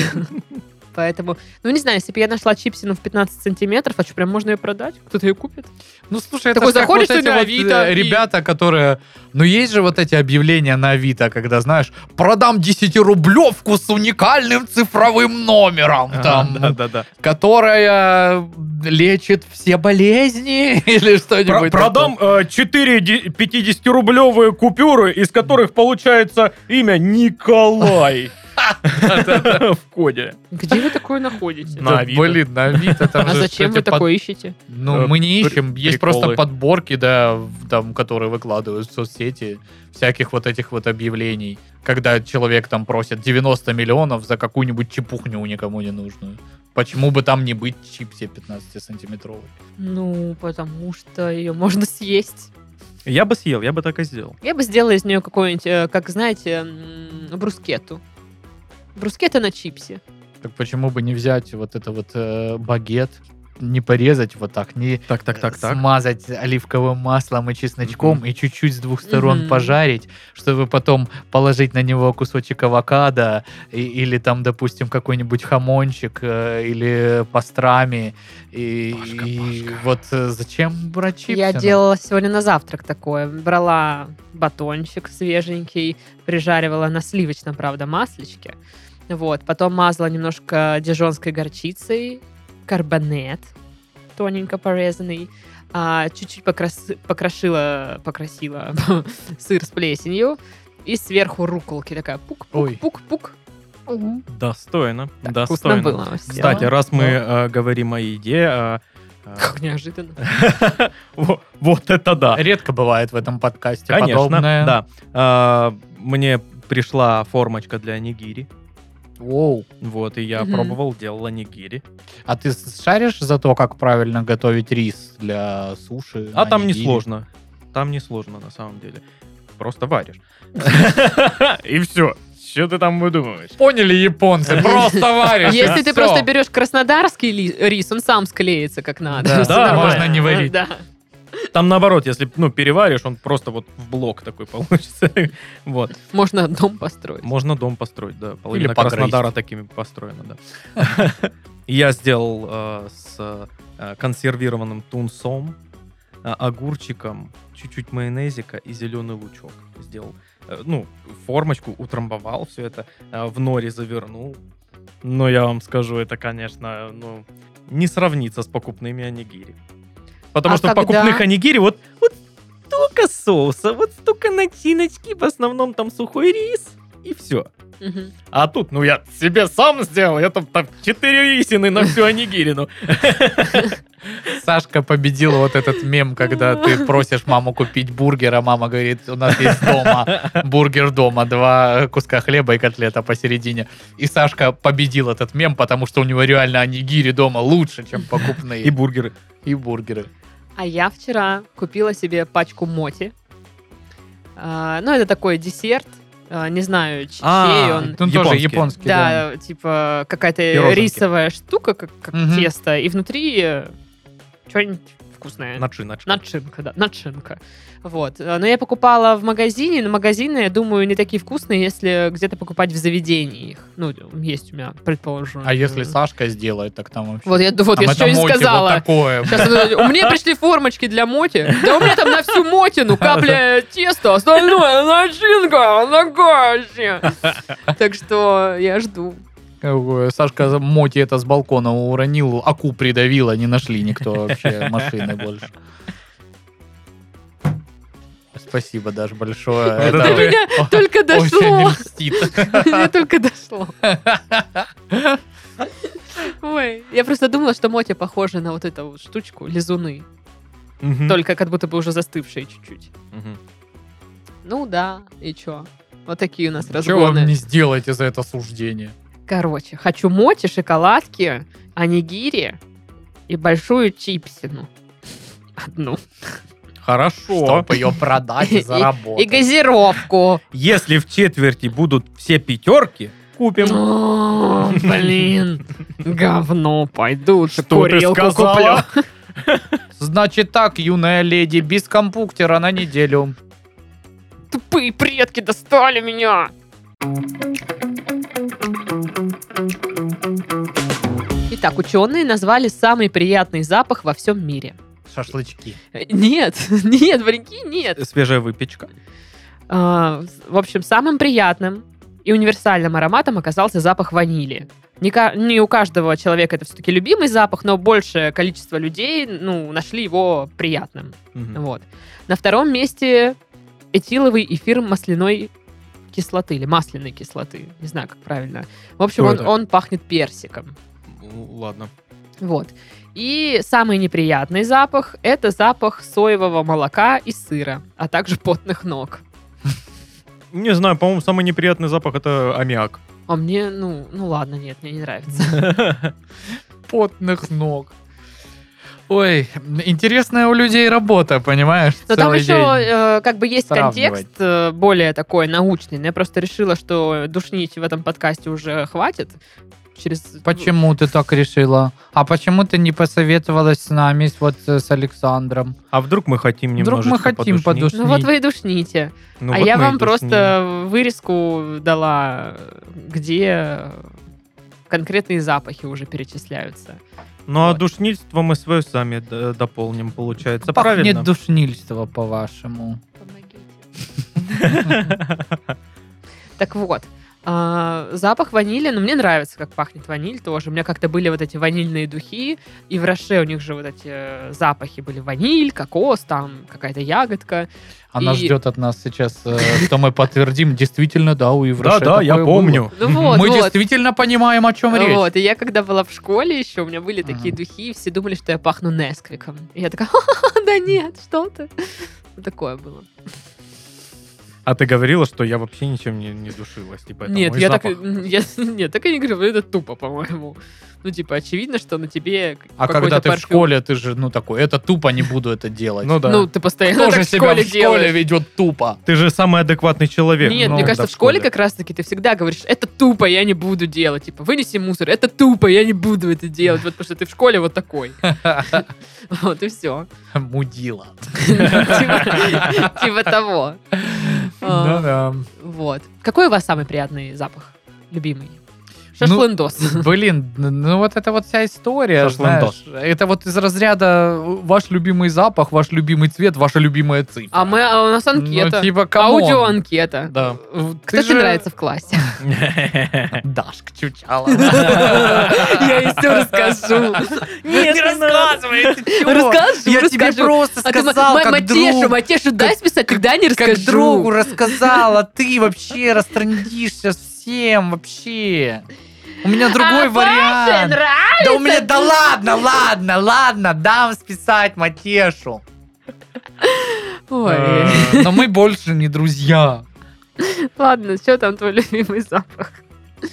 Speaker 1: Поэтому, ну не знаю, если бы я нашла чипсину в 15 сантиметров, а что, прям можно ее продать? Кто-то ее купит?
Speaker 4: Ну, слушай, это
Speaker 1: Такой
Speaker 4: ж как
Speaker 1: заходишь
Speaker 4: вот эти
Speaker 1: ты на
Speaker 4: вот,
Speaker 1: Авито
Speaker 4: э,
Speaker 1: и-
Speaker 4: ребята, которые... Ну, есть же вот эти объявления на Авито, когда, знаешь, продам 10-рублевку с уникальным цифровым номером,
Speaker 1: Ну,
Speaker 2: А,
Speaker 4: там,
Speaker 2: Да-да-да.
Speaker 4: которая лечит все болезни или что-нибудь.
Speaker 2: Продам э, 4 50-рублевые купюры, из которых получается имя Николай. в коде.
Speaker 1: Где вы такое находите?
Speaker 2: На
Speaker 4: Да,
Speaker 2: Авито.
Speaker 4: Блин, на Авито. там
Speaker 1: А
Speaker 4: Ну, же
Speaker 1: зачем
Speaker 4: эти
Speaker 1: вы
Speaker 4: под-
Speaker 1: такое ищете?
Speaker 4: Ну,
Speaker 2: Э,
Speaker 4: мы не
Speaker 2: при-
Speaker 4: ищем. Есть
Speaker 2: приколы.
Speaker 4: просто подборки, да, в- там, которые выкладывают в соцсети, всяких вот этих вот объявлений, когда человек там просит 90 миллионов за какую-нибудь чепухню никому не нужную. Почему бы там не быть чипсе 15-сантиметровый?
Speaker 1: Ну, потому что ее можно съесть.
Speaker 2: Я бы съел, я бы так и сделал.
Speaker 1: Я бы сделала из нее какую-нибудь, э, как знаете, м, брускету. Брускета на чипсе.
Speaker 4: Так почему бы не взять вот это вот э, багет, не порезать вот так, не
Speaker 2: Так, так, так, так.
Speaker 4: смазать оливковым маслом и чесночком и чуть-чуть с двух сторон
Speaker 1: Мгм.
Speaker 4: пожарить, чтобы потом положить на него кусочек авокадо и- или там, допустим, какой-нибудь хамончик э, или пастрами. И,
Speaker 2: Пашка,
Speaker 4: и
Speaker 2: Пашка.
Speaker 4: вот э, зачем брать чипсы?
Speaker 1: Я
Speaker 4: ну?
Speaker 1: делала сегодня на завтрак такое. Брала батончик свеженький, прижаривала на сливочном, правда, масличке. Вот. Потом мазала немножко дижонской горчицей, карбонет тоненько порезанный. а, чуть-чуть покрас- покрошила, покрасила сыр с плесенью. И сверху руколки такая
Speaker 4: Ой.
Speaker 1: пук-пук-пук-пук.
Speaker 2: Достойно,
Speaker 1: Так вкусно
Speaker 2: достойно.
Speaker 1: было. Всё.
Speaker 2: Кстати, раз мы э, говорим о еде, э,
Speaker 1: Как неожиданно.
Speaker 2: э, во- вот это да.
Speaker 4: Редко бывает в этом подкасте
Speaker 2: Конечно,
Speaker 4: подобное.
Speaker 2: да. А, Мне пришла формочка для нигири.
Speaker 4: Воу.
Speaker 2: Вот, и я
Speaker 1: Мгм.
Speaker 2: пробовал, делала нигири.
Speaker 4: А ты с- шаришь за то, как правильно готовить рис для суши?
Speaker 2: А
Speaker 4: на
Speaker 2: там не
Speaker 4: нигири?
Speaker 2: сложно. Там не сложно, на самом деле. Просто варишь. И все. Что ты там выдумываешь?
Speaker 4: Поняли японцы, просто варишь. и
Speaker 1: Если ты
Speaker 4: всё.
Speaker 1: просто берешь краснодарский ли- рис, он сам склеится как надо.
Speaker 4: Да,
Speaker 1: Всё
Speaker 2: да,
Speaker 1: нормально.
Speaker 4: можно не варить.
Speaker 1: Да.
Speaker 2: Там наоборот, если ну, переваришь, он просто вот в блок такой получится. Вот.
Speaker 1: Можно дом построить.
Speaker 2: Можно дом построить, да. Половина
Speaker 4: погрызть.
Speaker 2: Краснодара такими построена, да. Я сделал э, с э, консервированным тунцом, э, огурчиком, чуть-чуть майонезика и зеленый лучок. Сделал, э, ну, формочку, утрамбовал все это, э, в норе завернул. Но я вам скажу, это, конечно, ну, не сравнится с покупными анигири. Потому
Speaker 1: А
Speaker 2: что в
Speaker 1: когда-
Speaker 2: покупных анигири вот, вот столько соуса, вот столько начиночки, в основном там сухой рис, и все.
Speaker 1: Мгм.
Speaker 2: А тут, ну, я себе сам сделал, я там, там четыре рисины на всю ну, анигирину.
Speaker 4: Сашка победила вот этот мем, когда ты просишь маму купить бургер, а мама говорит, у нас есть дома, бургер дома, два куска хлеба и котлета посередине. И Сашка победил этот мем, потому что у него реально анигири дома лучше, чем покупные.
Speaker 2: И бургеры.
Speaker 4: и бургеры.
Speaker 1: А я вчера купила себе пачку моти. А, ну, это такой десерт. А, не знаю, ч- чей
Speaker 2: А,
Speaker 1: он.
Speaker 4: Ну, тоже
Speaker 2: Японские.
Speaker 4: японский.
Speaker 1: Да, типа какая-то
Speaker 2: Пироженки.
Speaker 1: рисовая штука, как, как
Speaker 4: Мгм.
Speaker 1: тесто. И внутри э, что-нибудь вкусное.
Speaker 2: Начиночка.
Speaker 1: Начинка, да, начинка. Вот. Э, Но я покупала в магазине, но магазины, я думаю, не такие вкусные, если где-то покупать в заведении их. Ну, есть у меня, предположу.
Speaker 4: А если А
Speaker 1: сам?
Speaker 4: Сашка сделает, так там вообще...
Speaker 1: Вот я, вот,
Speaker 4: Там
Speaker 1: я
Speaker 4: это
Speaker 1: что и
Speaker 4: моти
Speaker 1: сказала.
Speaker 4: Вот такое.
Speaker 1: Сейчас она- у меня пришли формочки для моти. Да у меня там на всю мотину капля теста, остальное начинка, такая вообще. Так что я жду.
Speaker 4: Ой, Э, Сашка Моти это с балкона уронил, аку придавила, не нашли никто вообще машины больше. Спасибо, Даш, большое.
Speaker 2: Это
Speaker 1: До
Speaker 2: Да.
Speaker 1: меня только
Speaker 4: очень
Speaker 1: дошло.
Speaker 4: льстит.
Speaker 1: Мне только дошло. Ой, я просто думала, что Мотя похожа на вот эту вот штучку, лизуны.
Speaker 2: Мгм.
Speaker 1: Только как будто бы уже застывшие чуть-чуть.
Speaker 2: Мгм.
Speaker 1: Ну да, и чё? Вот такие у нас
Speaker 4: Чего вам
Speaker 1: разгоны.
Speaker 4: не сделаете за это суждение?
Speaker 1: Короче, хочу моти, шоколадки, анигири и большую чипсину. Одну.
Speaker 2: Хорошо.
Speaker 4: Чтобы ее продать и
Speaker 1: И
Speaker 4: заработать.
Speaker 1: газировку.
Speaker 2: Если в четверти будут все пятерки, купим.
Speaker 1: Ну. О, Блин. Говно, пойду.
Speaker 2: Что ты
Speaker 1: Курилку куплю.
Speaker 2: сказала?
Speaker 4: Значит так, юная леди, без компуктера на неделю.
Speaker 1: Тупые предки достали меня. Итак, ученые назвали самый приятный запах во всем мире.
Speaker 4: Шашлычки.
Speaker 1: Э, Нет, нет, прикинь, нет.
Speaker 2: Свежая выпечка.
Speaker 1: А, с- В общем, самым приятным и универсальным ароматом оказался запах ванили. Не, ка- не у каждого человека это все-таки любимый запах, но большее количество людей ну, нашли его приятным.
Speaker 2: Мгм.
Speaker 1: Вот. На втором месте этиловый эфир масляной кислоты или масляной кислоты. Не знаю, как правильно. В общем,
Speaker 2: Что
Speaker 1: он,
Speaker 2: это?
Speaker 1: он пахнет персиком.
Speaker 2: Ну, Ладно.
Speaker 1: Вот. И самый неприятный запах – это запах соевого молока и сыра, а также потных ног.
Speaker 2: Не знаю, по-моему, самый неприятный запах это аммиак.
Speaker 1: А мне, ну, ну ладно, нет, мне не нравится.
Speaker 4: Потных ног. Ой, интересная у людей работа, понимаешь?
Speaker 1: Но там
Speaker 4: целый
Speaker 1: еще
Speaker 4: день.
Speaker 1: э, как бы есть
Speaker 4: сравнивать.
Speaker 1: контекст э, более такой научный. Но я просто решила, что душнить в этом подкасте уже хватит. Через...
Speaker 4: Почему ты так решила? А почему ты не посоветовалась с нами, с- вот э, с Александром?
Speaker 2: А вдруг мы хотим немножечко
Speaker 4: Вдруг мы хотим
Speaker 2: подушнить?
Speaker 1: Ну вот вы и душните.
Speaker 2: Ну
Speaker 1: а
Speaker 2: вот
Speaker 1: я
Speaker 2: мы и
Speaker 1: вам
Speaker 2: душним.
Speaker 1: просто вырезку дала, где конкретные запахи уже перечисляются.
Speaker 2: Ну а
Speaker 1: Вот.
Speaker 2: душнильство мы свое сами д- дополним, получается.
Speaker 4: Пахнет
Speaker 2: Правильно?
Speaker 4: душнильство, по-вашему.
Speaker 1: Помогите. Так вот, а, запах ванили, ну, мне нравится, как пахнет ваниль тоже. У меня как-то были вот эти ванильные духи, и в Роше у них же вот эти э, запахи были. Ваниль, кокос, там какая-то ягодка.
Speaker 4: Она
Speaker 1: И-
Speaker 4: ждет от нас сейчас, э, что мы подтвердим. Действительно, да, у Евроше
Speaker 2: Да, да, я
Speaker 4: такое было.
Speaker 2: помню.
Speaker 1: Ну вот,
Speaker 4: Мы
Speaker 1: вот.
Speaker 4: действительно понимаем, о чем речь.
Speaker 1: Вот, и я когда была в школе еще, у меня были такие
Speaker 4: Ага.
Speaker 1: духи, и все думали, что я пахну Несквиком. И я такая, «Ха-ха-ха, да нет, что ты. Вот Такое было.
Speaker 2: А ты говорила, что я вообще ничем не, не душилась. Типа, это
Speaker 1: Нет,
Speaker 2: мой
Speaker 1: я так,
Speaker 2: запах.
Speaker 1: и- я, нет, так и не говорю, это тупо, по-моему. Ну, типа, очевидно, что на тебе
Speaker 4: А
Speaker 1: какой-то
Speaker 4: когда ты в
Speaker 1: парфюм.
Speaker 4: школе, ты же, ну, такой, это тупо, не буду это делать.
Speaker 2: Ну да.
Speaker 1: Ну, ты постоянно
Speaker 4: Кто
Speaker 1: так
Speaker 4: же
Speaker 1: в
Speaker 4: себя
Speaker 1: школе
Speaker 4: в школе
Speaker 1: делаешь.
Speaker 4: ведет тупо?
Speaker 2: Ты же самый адекватный человек.
Speaker 1: Нет,
Speaker 2: Ну,
Speaker 1: мне
Speaker 2: да,
Speaker 1: кажется, в школе как раз-таки ты всегда говоришь, это тупо, я не буду делать. Типа, вынеси мусор, это тупо, я не буду это делать. Вот потому что ты в школе вот такой. Вот и все.
Speaker 4: Мудила.
Speaker 1: Типа типа того. А,
Speaker 4: Да-да.
Speaker 1: Вот. Какой у вас самый приятный запах? Любимый?
Speaker 4: Ну,
Speaker 1: Шашлындос.
Speaker 4: Блин, ну вот это вот вся история,
Speaker 2: Шашлындос.
Speaker 4: знаешь. Это вот из разряда э, ваш любимый запах, ваш любимый цвет, ваша любимая цифра.
Speaker 1: А мы, а у нас
Speaker 4: Ну,
Speaker 1: анкета. А
Speaker 4: типа, камон.
Speaker 1: Аудиоанкета.
Speaker 4: Да.
Speaker 1: Кто тебе
Speaker 4: Ты же-
Speaker 1: нравится в классе?
Speaker 4: Дашка Чучала.
Speaker 1: Я ей все расскажу.
Speaker 2: Нет, не рассказывай.
Speaker 1: Расскажу, расскажу.
Speaker 4: просто
Speaker 1: А ты ма- ма- Матешу, Матешу дай списать, тогда не
Speaker 4: как
Speaker 1: расскажу.
Speaker 4: другу рассказала, ты вообще растрандишься всем вообще. У меня другой
Speaker 1: А Паше
Speaker 4: вариант.
Speaker 1: нравится.
Speaker 4: да у меня, да ладно, ладно, ладно, дам списать Матешу.
Speaker 1: Ой,
Speaker 4: Э, Но мы больше не друзья.
Speaker 1: ладно, что там твой любимый запах?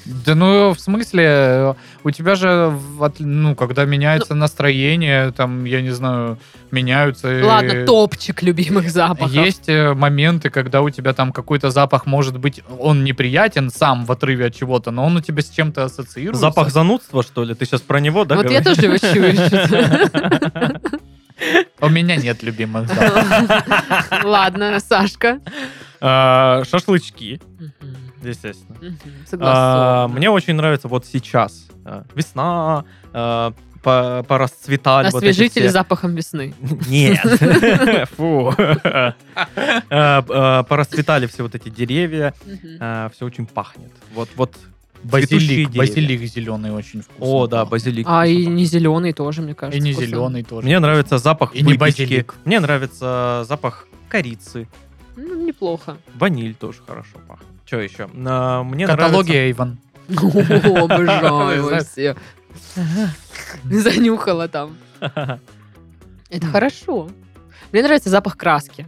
Speaker 4: Да ну, в смысле, у тебя же, в от- ну, когда меняется настроение, там, я не знаю, меняются... э,
Speaker 1: Ладно, топчик любимых запахов.
Speaker 4: Есть э, моменты, когда у тебя там какой-то запах может быть, он неприятен сам в отрыве от чего-то, но он у тебя с чем-то ассоциируется.
Speaker 2: Запах занудства, что ли? Ты сейчас про него, да,
Speaker 1: Вот я тоже его чую. чуть-чуть.
Speaker 4: А У меня нет любимых запахов.
Speaker 1: Ладно, Сашка.
Speaker 2: тоже. А, Шашлычки,
Speaker 1: Мгм,
Speaker 2: естественно.
Speaker 1: мгм,
Speaker 2: А,
Speaker 1: Согласовано.
Speaker 2: Мне очень нравится вот сейчас. а, Весна, а, по- порасцветали А вот эти
Speaker 1: Освежители
Speaker 2: все-
Speaker 1: запахом весны.
Speaker 2: Нет. Фу. Э, э, Порасцветали все вот эти деревья.
Speaker 1: Мгм.
Speaker 2: Все очень пахнет. Вот, вот. цветущие
Speaker 4: Базилик,
Speaker 2: деревья.
Speaker 4: базилик зеленый очень вкусный.
Speaker 2: О, да,
Speaker 4: пахнет.
Speaker 2: базилик.
Speaker 1: А и
Speaker 2: вкусно.
Speaker 1: не зеленый тоже, мне кажется.
Speaker 4: И не
Speaker 1: вкусно.
Speaker 4: зеленый тоже.
Speaker 2: Мне нравится запах
Speaker 4: И не
Speaker 2: выпечки.
Speaker 4: базилик.
Speaker 2: Мне нравится запах корицы.
Speaker 1: Ну, неплохо.
Speaker 2: Ваниль тоже хорошо пахнет. Что еще? А, Мне
Speaker 4: Каталогия Эйвен.
Speaker 1: О, Обожаю его
Speaker 4: Знаешь.
Speaker 1: все. Занюхала там.
Speaker 2: нравится...
Speaker 1: Это хорошо. Мне нравится запах краски.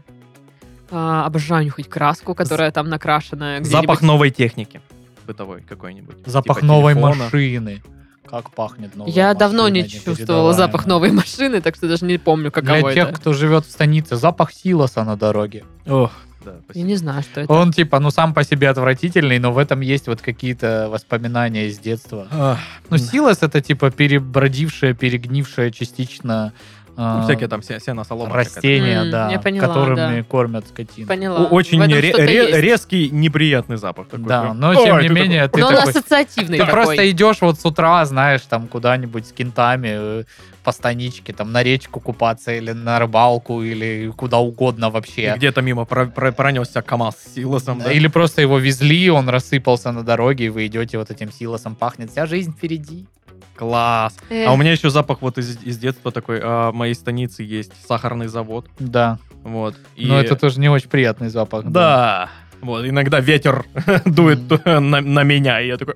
Speaker 1: А, обожаю нюхать краску, которая там накрашена.
Speaker 2: Запах
Speaker 1: где-нибудь.
Speaker 2: новой техники. Бытовой какой-нибудь.
Speaker 4: Запах
Speaker 2: Типа
Speaker 4: новой
Speaker 2: телефона.
Speaker 4: машины. Как пахнет новая
Speaker 1: Я давно
Speaker 4: машина,
Speaker 1: не чувствовала
Speaker 4: непередаваемая.
Speaker 1: запах новой машины, так что даже не помню, каково
Speaker 4: Для тех,
Speaker 1: это.
Speaker 4: кто живет в станице, запах силоса на дороге.
Speaker 2: Ох, да,
Speaker 1: Я
Speaker 2: спасибо.
Speaker 1: не знаю, что это.
Speaker 4: Он типа, ну сам по себе отвратительный, но в этом есть вот какие-то воспоминания из детства.
Speaker 2: Ах,
Speaker 4: Ну,
Speaker 2: М.
Speaker 4: силос это типа перебродившая, перегнившая частично
Speaker 2: ну,
Speaker 4: э,
Speaker 2: Всякие там се- сено, солома. всякая
Speaker 4: растения,
Speaker 1: М,
Speaker 4: да,
Speaker 1: я поняла,
Speaker 4: которыми кормят скотину.
Speaker 1: Поняла.
Speaker 2: О- Очень
Speaker 1: Ну, В этом
Speaker 2: ре-
Speaker 1: что-то
Speaker 2: ре-
Speaker 1: есть.
Speaker 2: резкий, неприятный запах. такой
Speaker 4: Да,
Speaker 2: прям.
Speaker 4: но тем
Speaker 2: Ой,
Speaker 4: не
Speaker 2: ты
Speaker 4: менее, ты
Speaker 1: Но он
Speaker 4: такой-
Speaker 1: ассоциативный
Speaker 4: Ты
Speaker 1: такой.
Speaker 4: просто идешь вот с утра, знаешь, там куда-нибудь с кентами э, по станичке, там на речку купаться или на рыбалку или куда угодно
Speaker 2: такой- И
Speaker 4: вообще.
Speaker 2: Где-то мимо про- про- пронесся КАМАЗ с силосом. да.
Speaker 4: Или просто его везли, он рассыпался на дороге, и вы идете вот этим силосом, пахнет вся жизнь впереди.
Speaker 2: Класс.
Speaker 1: Э.
Speaker 2: А у меня еще запах вот из, из детства такой. а, в моей станице есть сахарный завод.
Speaker 4: Да,
Speaker 2: Вот. и-
Speaker 4: Ну, но это тоже не очень приятный запах.
Speaker 2: Да. Вот, иногда ветер дует на, на меня, и я такой...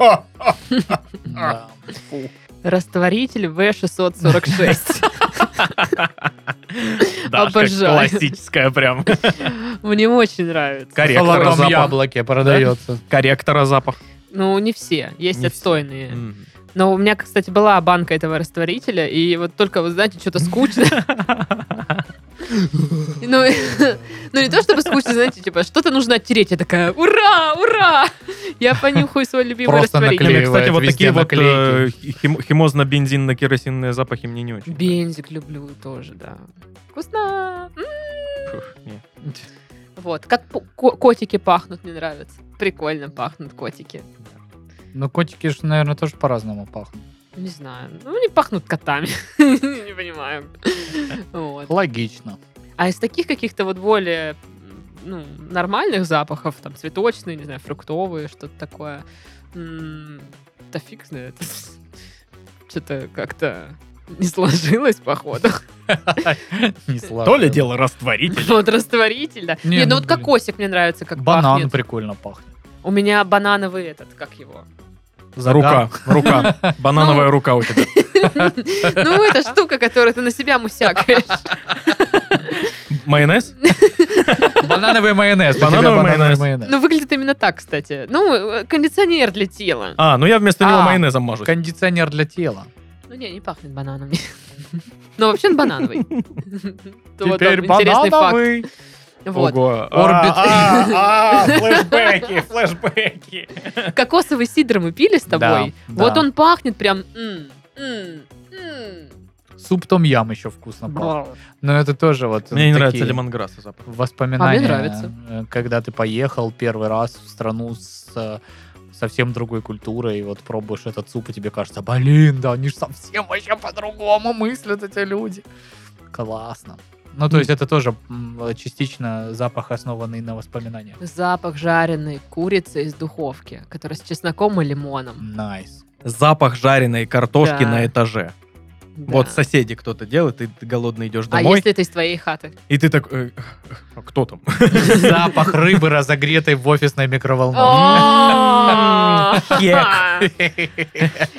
Speaker 3: Да. Фу.
Speaker 1: Растворитель В646.
Speaker 2: Дашка
Speaker 1: Обожаю.
Speaker 2: классическая прям.
Speaker 1: Мне очень нравится.
Speaker 2: Корректор
Speaker 4: Салатом
Speaker 2: запах.
Speaker 4: яблоке продается.
Speaker 2: Корректора запах.
Speaker 1: Ну, не все. Есть
Speaker 2: Не все.
Speaker 1: отстойные.
Speaker 2: М.
Speaker 1: Но у меня, кстати, была банка этого растворителя, и вот только, вы знаете, что-то скучно. Ну, ну, не то чтобы скучно, знаете, типа, что-то нужно оттереть. Я такая, ура, ура! Я понюхаю свой любимый
Speaker 4: Просто
Speaker 1: растворитель.
Speaker 4: наклеиваю.
Speaker 2: Кстати, вот
Speaker 4: везде
Speaker 2: такие вот э,
Speaker 4: наклейки.
Speaker 2: хим- химозно-бензинно-керосинные запахи мне не очень.
Speaker 1: Бензик люблю тоже, да. Вкусно! М.
Speaker 2: Фух, не.
Speaker 1: Вот, как по- ко- котики пахнут, мне нравится. Прикольно пахнут котики.
Speaker 4: Ну, котики же, наверное, тоже по-разному пахнут.
Speaker 1: Не знаю, ну, они пахнут котами. Не понимаю. Вот.
Speaker 3: Логично.
Speaker 1: А из таких каких-то вот более ну, нормальных запахов, там, цветочные, не знаю, фруктовые, что-то такое, м, да фиг знает. Что-то как-то не сложилось, походу.
Speaker 4: Не сладко.
Speaker 2: То ли дело растворитель.
Speaker 1: Вот растворитель, да.
Speaker 4: Не,
Speaker 1: Не, ну
Speaker 4: ну,
Speaker 1: вот
Speaker 4: блин.
Speaker 1: кокосик мне нравится, как
Speaker 4: Банан
Speaker 1: пахнет.
Speaker 4: прикольно пахнет.
Speaker 1: У меня банановый этот, как его?
Speaker 2: Рука, рука. Банановая рука у тебя.
Speaker 1: Ну, эта штука, которую ты на себя мусякаешь.
Speaker 2: Майонез?
Speaker 4: Банановый майонез. у тебя
Speaker 2: Банановый майонез.
Speaker 1: Ну, выглядит именно так, кстати. Ну, э, кондиционер для тела.
Speaker 2: А, ну я вместо него
Speaker 4: А.
Speaker 2: майонезом мажусь.
Speaker 4: Кондиционер для тела.
Speaker 1: Ну, не, не пахнет бананом. Но Ну, вообще он банановый. То вот
Speaker 4: Теперь
Speaker 1: он, интересный факт.
Speaker 4: банановый.
Speaker 1: Вот.
Speaker 2: Ого.
Speaker 4: Орбит.
Speaker 2: А, а, а, Флешбеки, флешбеки.
Speaker 1: Кокосовый сидр мы пили с тобой.
Speaker 4: Да,
Speaker 1: Вот
Speaker 4: да.
Speaker 1: он пахнет прям... м, м, м.
Speaker 4: Суп том-ям еще вкусно пахнет. Но это тоже вот
Speaker 2: Мне не
Speaker 4: такие
Speaker 2: нравится лимонграсс и запах.
Speaker 4: воспоминания.
Speaker 1: А мне нравится.
Speaker 4: э, Когда ты поехал первый раз в страну с э, совсем другой культурой, и вот пробуешь этот суп, и тебе кажется, блин, да они же совсем вообще по-другому мыслят эти люди. Классно. Ну, то есть это тоже м, частично запах, основанный на воспоминаниях.
Speaker 1: Запах жареной курицы из духовки, которая с чесноком и лимоном.
Speaker 4: Найс.
Speaker 2: Запах жареной картошки
Speaker 1: Да.
Speaker 2: на этаже.
Speaker 1: Да.
Speaker 2: Вот соседи кто-то делает, и ты голодный идешь
Speaker 1: А
Speaker 2: домой,
Speaker 1: если это из твоей хаты?
Speaker 2: и ты так... э, а кто там?
Speaker 4: Запах рыбы, разогретой в офисной микроволновке.
Speaker 1: О!
Speaker 2: Кек.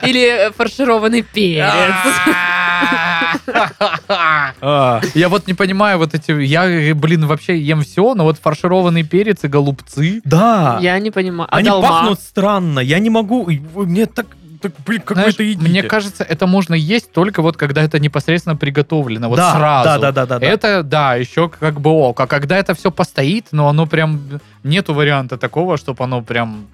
Speaker 1: Или э, фаршированный перец.
Speaker 2: А,
Speaker 4: Я вот не понимаю вот эти... Я, э, блин, вообще ем все, но вот фаршированный перец и голубцы.
Speaker 2: Да.
Speaker 1: Я не понимаю. А
Speaker 2: Они
Speaker 1: долма?
Speaker 2: пахнут странно. Я не могу... и вы Мне так... так, Блин, как вы
Speaker 4: Знаешь,
Speaker 2: это едите?
Speaker 4: мне кажется, это можно есть только вот когда это непосредственно приготовлено, вот
Speaker 2: да,
Speaker 4: сразу.
Speaker 2: Да, да, да, да. да.
Speaker 4: Это, да, еще как бы ок. А когда это все постоит, но оно прям... Нету варианта такого, чтобы оно прям...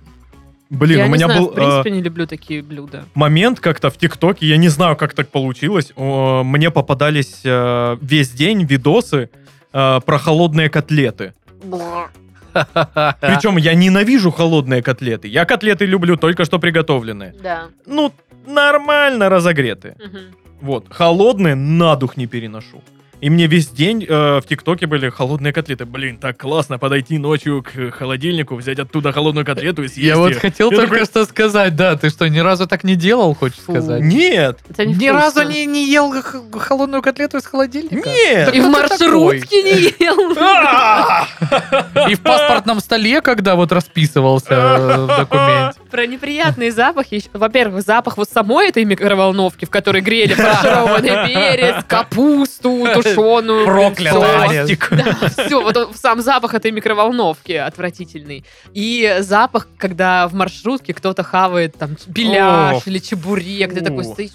Speaker 2: Блин,
Speaker 1: я
Speaker 2: у
Speaker 1: не
Speaker 2: меня
Speaker 1: знаю,
Speaker 2: был...
Speaker 1: в
Speaker 2: э,
Speaker 1: принципе, не люблю такие блюда.
Speaker 2: момент как-то в ТикТоке, я не знаю, как так получилось, о, мне попадались э, весь день видосы э, про холодные котлеты.
Speaker 4: Причем...
Speaker 2: Причем я ненавижу холодные котлеты. Я котлеты люблю только что приготовленные.
Speaker 1: Да.
Speaker 2: Ну, нормально разогретые. Вот, холодные на дух не переношу. И мне весь день э, в ТикТоке были холодные котлеты. Блин, так классно подойти ночью к холодильнику, взять оттуда холодную котлету и съесть
Speaker 4: Я вот
Speaker 2: её.
Speaker 4: хотел
Speaker 2: Я
Speaker 4: только
Speaker 2: такой,
Speaker 4: что сказать, да, ты что, ни разу так не делал, хочешь
Speaker 1: Фу.
Speaker 4: сказать?
Speaker 2: Нет,
Speaker 1: Это
Speaker 4: Ни
Speaker 1: невкусно.
Speaker 4: разу не, не ел х- холодную котлету из холодильника?
Speaker 2: нет.
Speaker 1: И в
Speaker 4: Кто ты
Speaker 1: маршрутке не ел.
Speaker 2: А!
Speaker 4: И в паспортном столе, когда вот расписывался э, в документе.
Speaker 1: Про неприятные запахи. ещё- Во-первых, запах вот самой этой микроволновки, в которой грели фаршированный перец, капусту тушеную.
Speaker 4: Проклятая.
Speaker 1: Все, вот он- сам запах этой микроволновки отвратительный. И запах, когда в маршрутке кто-то хавает там ч- беляш
Speaker 2: О,
Speaker 1: или чебурек, ты
Speaker 2: фу.
Speaker 1: такой стоишь.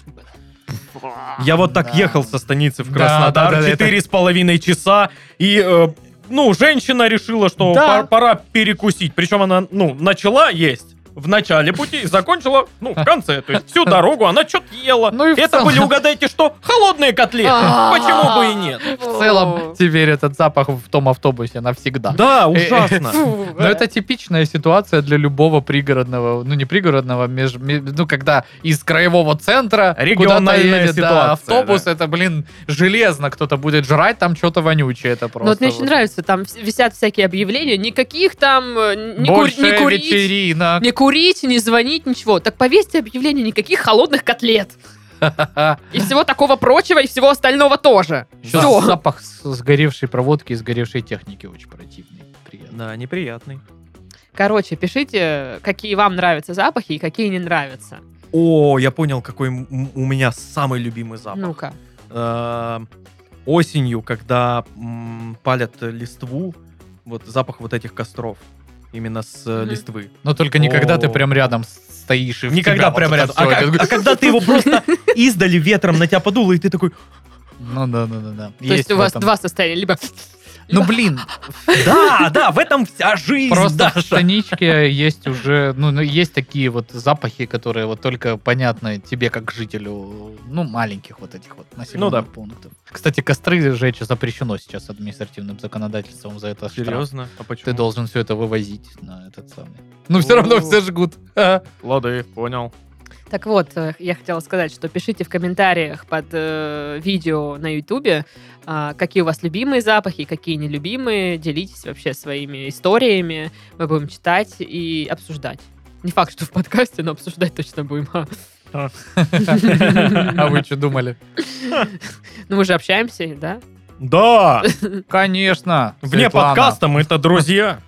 Speaker 2: Я вот так
Speaker 3: Да.
Speaker 2: ехал со станицы в
Speaker 4: Да,
Speaker 2: Краснодар
Speaker 4: да, да,
Speaker 2: четыре с половиной часа и э, ну женщина решила, что
Speaker 4: Да.
Speaker 2: пор- пора перекусить. Причем она ну начала есть. В начале пути и закончила, ну, в конце. То есть всю дорогу она что-то ела.
Speaker 4: Ну и в
Speaker 2: Это
Speaker 4: целом-
Speaker 2: были, угадайте, что? Холодные котлеты.
Speaker 1: А,
Speaker 2: Почему бы и нет?
Speaker 4: В целом, теперь этот запах в том автобусе навсегда.
Speaker 2: Да,
Speaker 4: Э,
Speaker 2: ужасно.
Speaker 1: Фу.
Speaker 4: Но ну, это типичная ситуация для любого пригородного, ну не пригородного, меж- ме- ну когда из краевого центра куда-то
Speaker 2: Региональная
Speaker 4: едет да,
Speaker 2: ситуация,
Speaker 4: автобус,
Speaker 2: да.
Speaker 4: это, блин, железно кто-то будет жрать, там что-то вонючее это просто.
Speaker 1: Ну вот мне очень
Speaker 4: вот.
Speaker 1: нравится, там вс- висят всякие объявления, никаких там э, не, кур-
Speaker 4: Больше
Speaker 1: не курить,
Speaker 4: вечеринок.
Speaker 1: не курить, не звонить, ничего. Так повесьте объявление, никаких холодных котлет. И всего такого прочего, и всего остального тоже.
Speaker 4: Сейчас
Speaker 1: Все.
Speaker 4: запах с- сгоревшей проводки и сгоревшей техники очень противный. Приятно.
Speaker 2: Да, неприятный.
Speaker 1: Короче, пишите, какие вам нравятся запахи и какие не нравятся.
Speaker 2: О, я понял, какой м- м- у меня самый любимый запах.
Speaker 1: Ну-ка.
Speaker 2: Э, Осенью, когда м, палят листву, вот запах вот этих костров. Именно с э,
Speaker 1: Мгм.
Speaker 2: листвы.
Speaker 4: Но только никогда
Speaker 2: О.
Speaker 4: ты прям рядом с- стоишь и в
Speaker 2: Никогда
Speaker 4: тебя вот
Speaker 2: прям
Speaker 4: это
Speaker 2: рядом.
Speaker 4: всё
Speaker 2: А, как-
Speaker 4: идёт.
Speaker 2: а когда ты его просто издали ветром на тебя подуло, и ты такой,
Speaker 4: Ну да, да, да, да.
Speaker 1: То есть у вас два состояния. Либо
Speaker 4: Ну блин,
Speaker 2: да, да, в этом вся жизнь,
Speaker 4: просто в
Speaker 2: Даша.
Speaker 4: станичке есть уже, ну, ну, есть такие вот запахи, которые вот только понятны тебе как жителю, ну, маленьких вот этих вот населенных
Speaker 2: Ну да.
Speaker 4: пунктов. Кстати, костры жечь запрещено сейчас административным законодательством за это штраф.
Speaker 2: Серьезно? А почему?
Speaker 4: Ты должен все это вывозить на этот самый. Ну, все равно все жгут. А Ха.
Speaker 2: Лады, понял.
Speaker 1: Так вот, э, я хотела сказать, что пишите в комментариях под э, видео на Ютубе, а, какие у вас любимые запахи, какие нелюбимые. Делитесь вообще своими историями. Мы будем читать и обсуждать. Не факт, что в подкасте, но обсуждать точно будем.
Speaker 4: А вы что думали?
Speaker 1: Ну, мы же общаемся, да?
Speaker 2: Да,
Speaker 4: Конечно.
Speaker 2: вне
Speaker 4: Светлана.
Speaker 2: подкаста мы это друзья.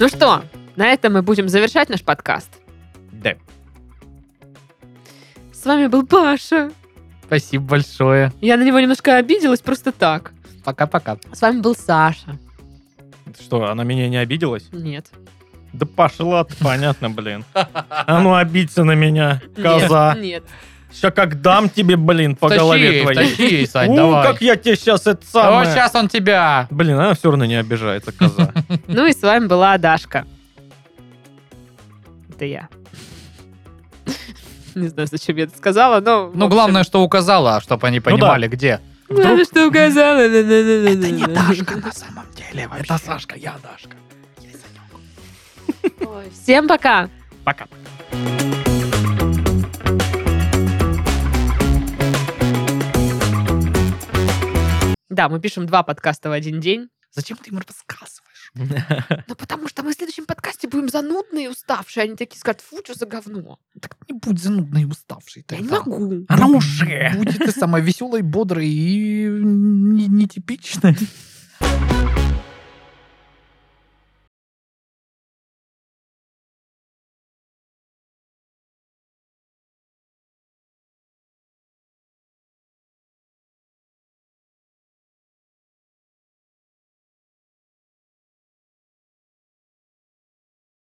Speaker 1: Ну что, на этом мы будем завершать наш подкаст.
Speaker 2: Да.
Speaker 1: С вами был Паша.
Speaker 4: Спасибо большое.
Speaker 1: Я на него немножко обиделась просто так.
Speaker 4: Пока-пока.
Speaker 1: С вами был Саша.
Speaker 2: Что, она меня не обиделась?
Speaker 1: Нет.
Speaker 2: Да пошла ты, понятно, блин. А ну обидься на меня, коза.
Speaker 1: Нет.
Speaker 2: Ща как дам тебе, блин, по
Speaker 4: Тащи,
Speaker 2: голове твоей.
Speaker 4: тащи, Сань,
Speaker 2: У,
Speaker 4: давай.
Speaker 2: как я тебе сейчас это
Speaker 4: О,
Speaker 2: самое...
Speaker 4: сейчас он тебя.
Speaker 2: Блин, она все равно не обижается, коза.
Speaker 1: нет. Ну и с вами была Дашка. Это я. Не знаю, зачем я это сказала, но... в
Speaker 4: Ну,
Speaker 1: общем,
Speaker 4: главное, что указала, чтобы они
Speaker 2: Ну да.
Speaker 4: понимали, где.
Speaker 1: Главное, что указала. Это
Speaker 4: на самом деле
Speaker 2: Это Сашка, я Дашка.
Speaker 1: Всем пока!
Speaker 2: Пока.
Speaker 1: Да, мы пишем два подкаста в один день.
Speaker 4: Зачем ты ему рассказываешь?
Speaker 1: Ну, потому что мы в следующем подкасте будем занудные и уставшие. Они такие скажут, фу, что за говно.
Speaker 4: Так не будь занудной и уставшей
Speaker 1: Я
Speaker 4: тогда.
Speaker 1: не могу.
Speaker 2: Она уже.
Speaker 4: Будет ты самая веселая, бодрая и не- нетипичная.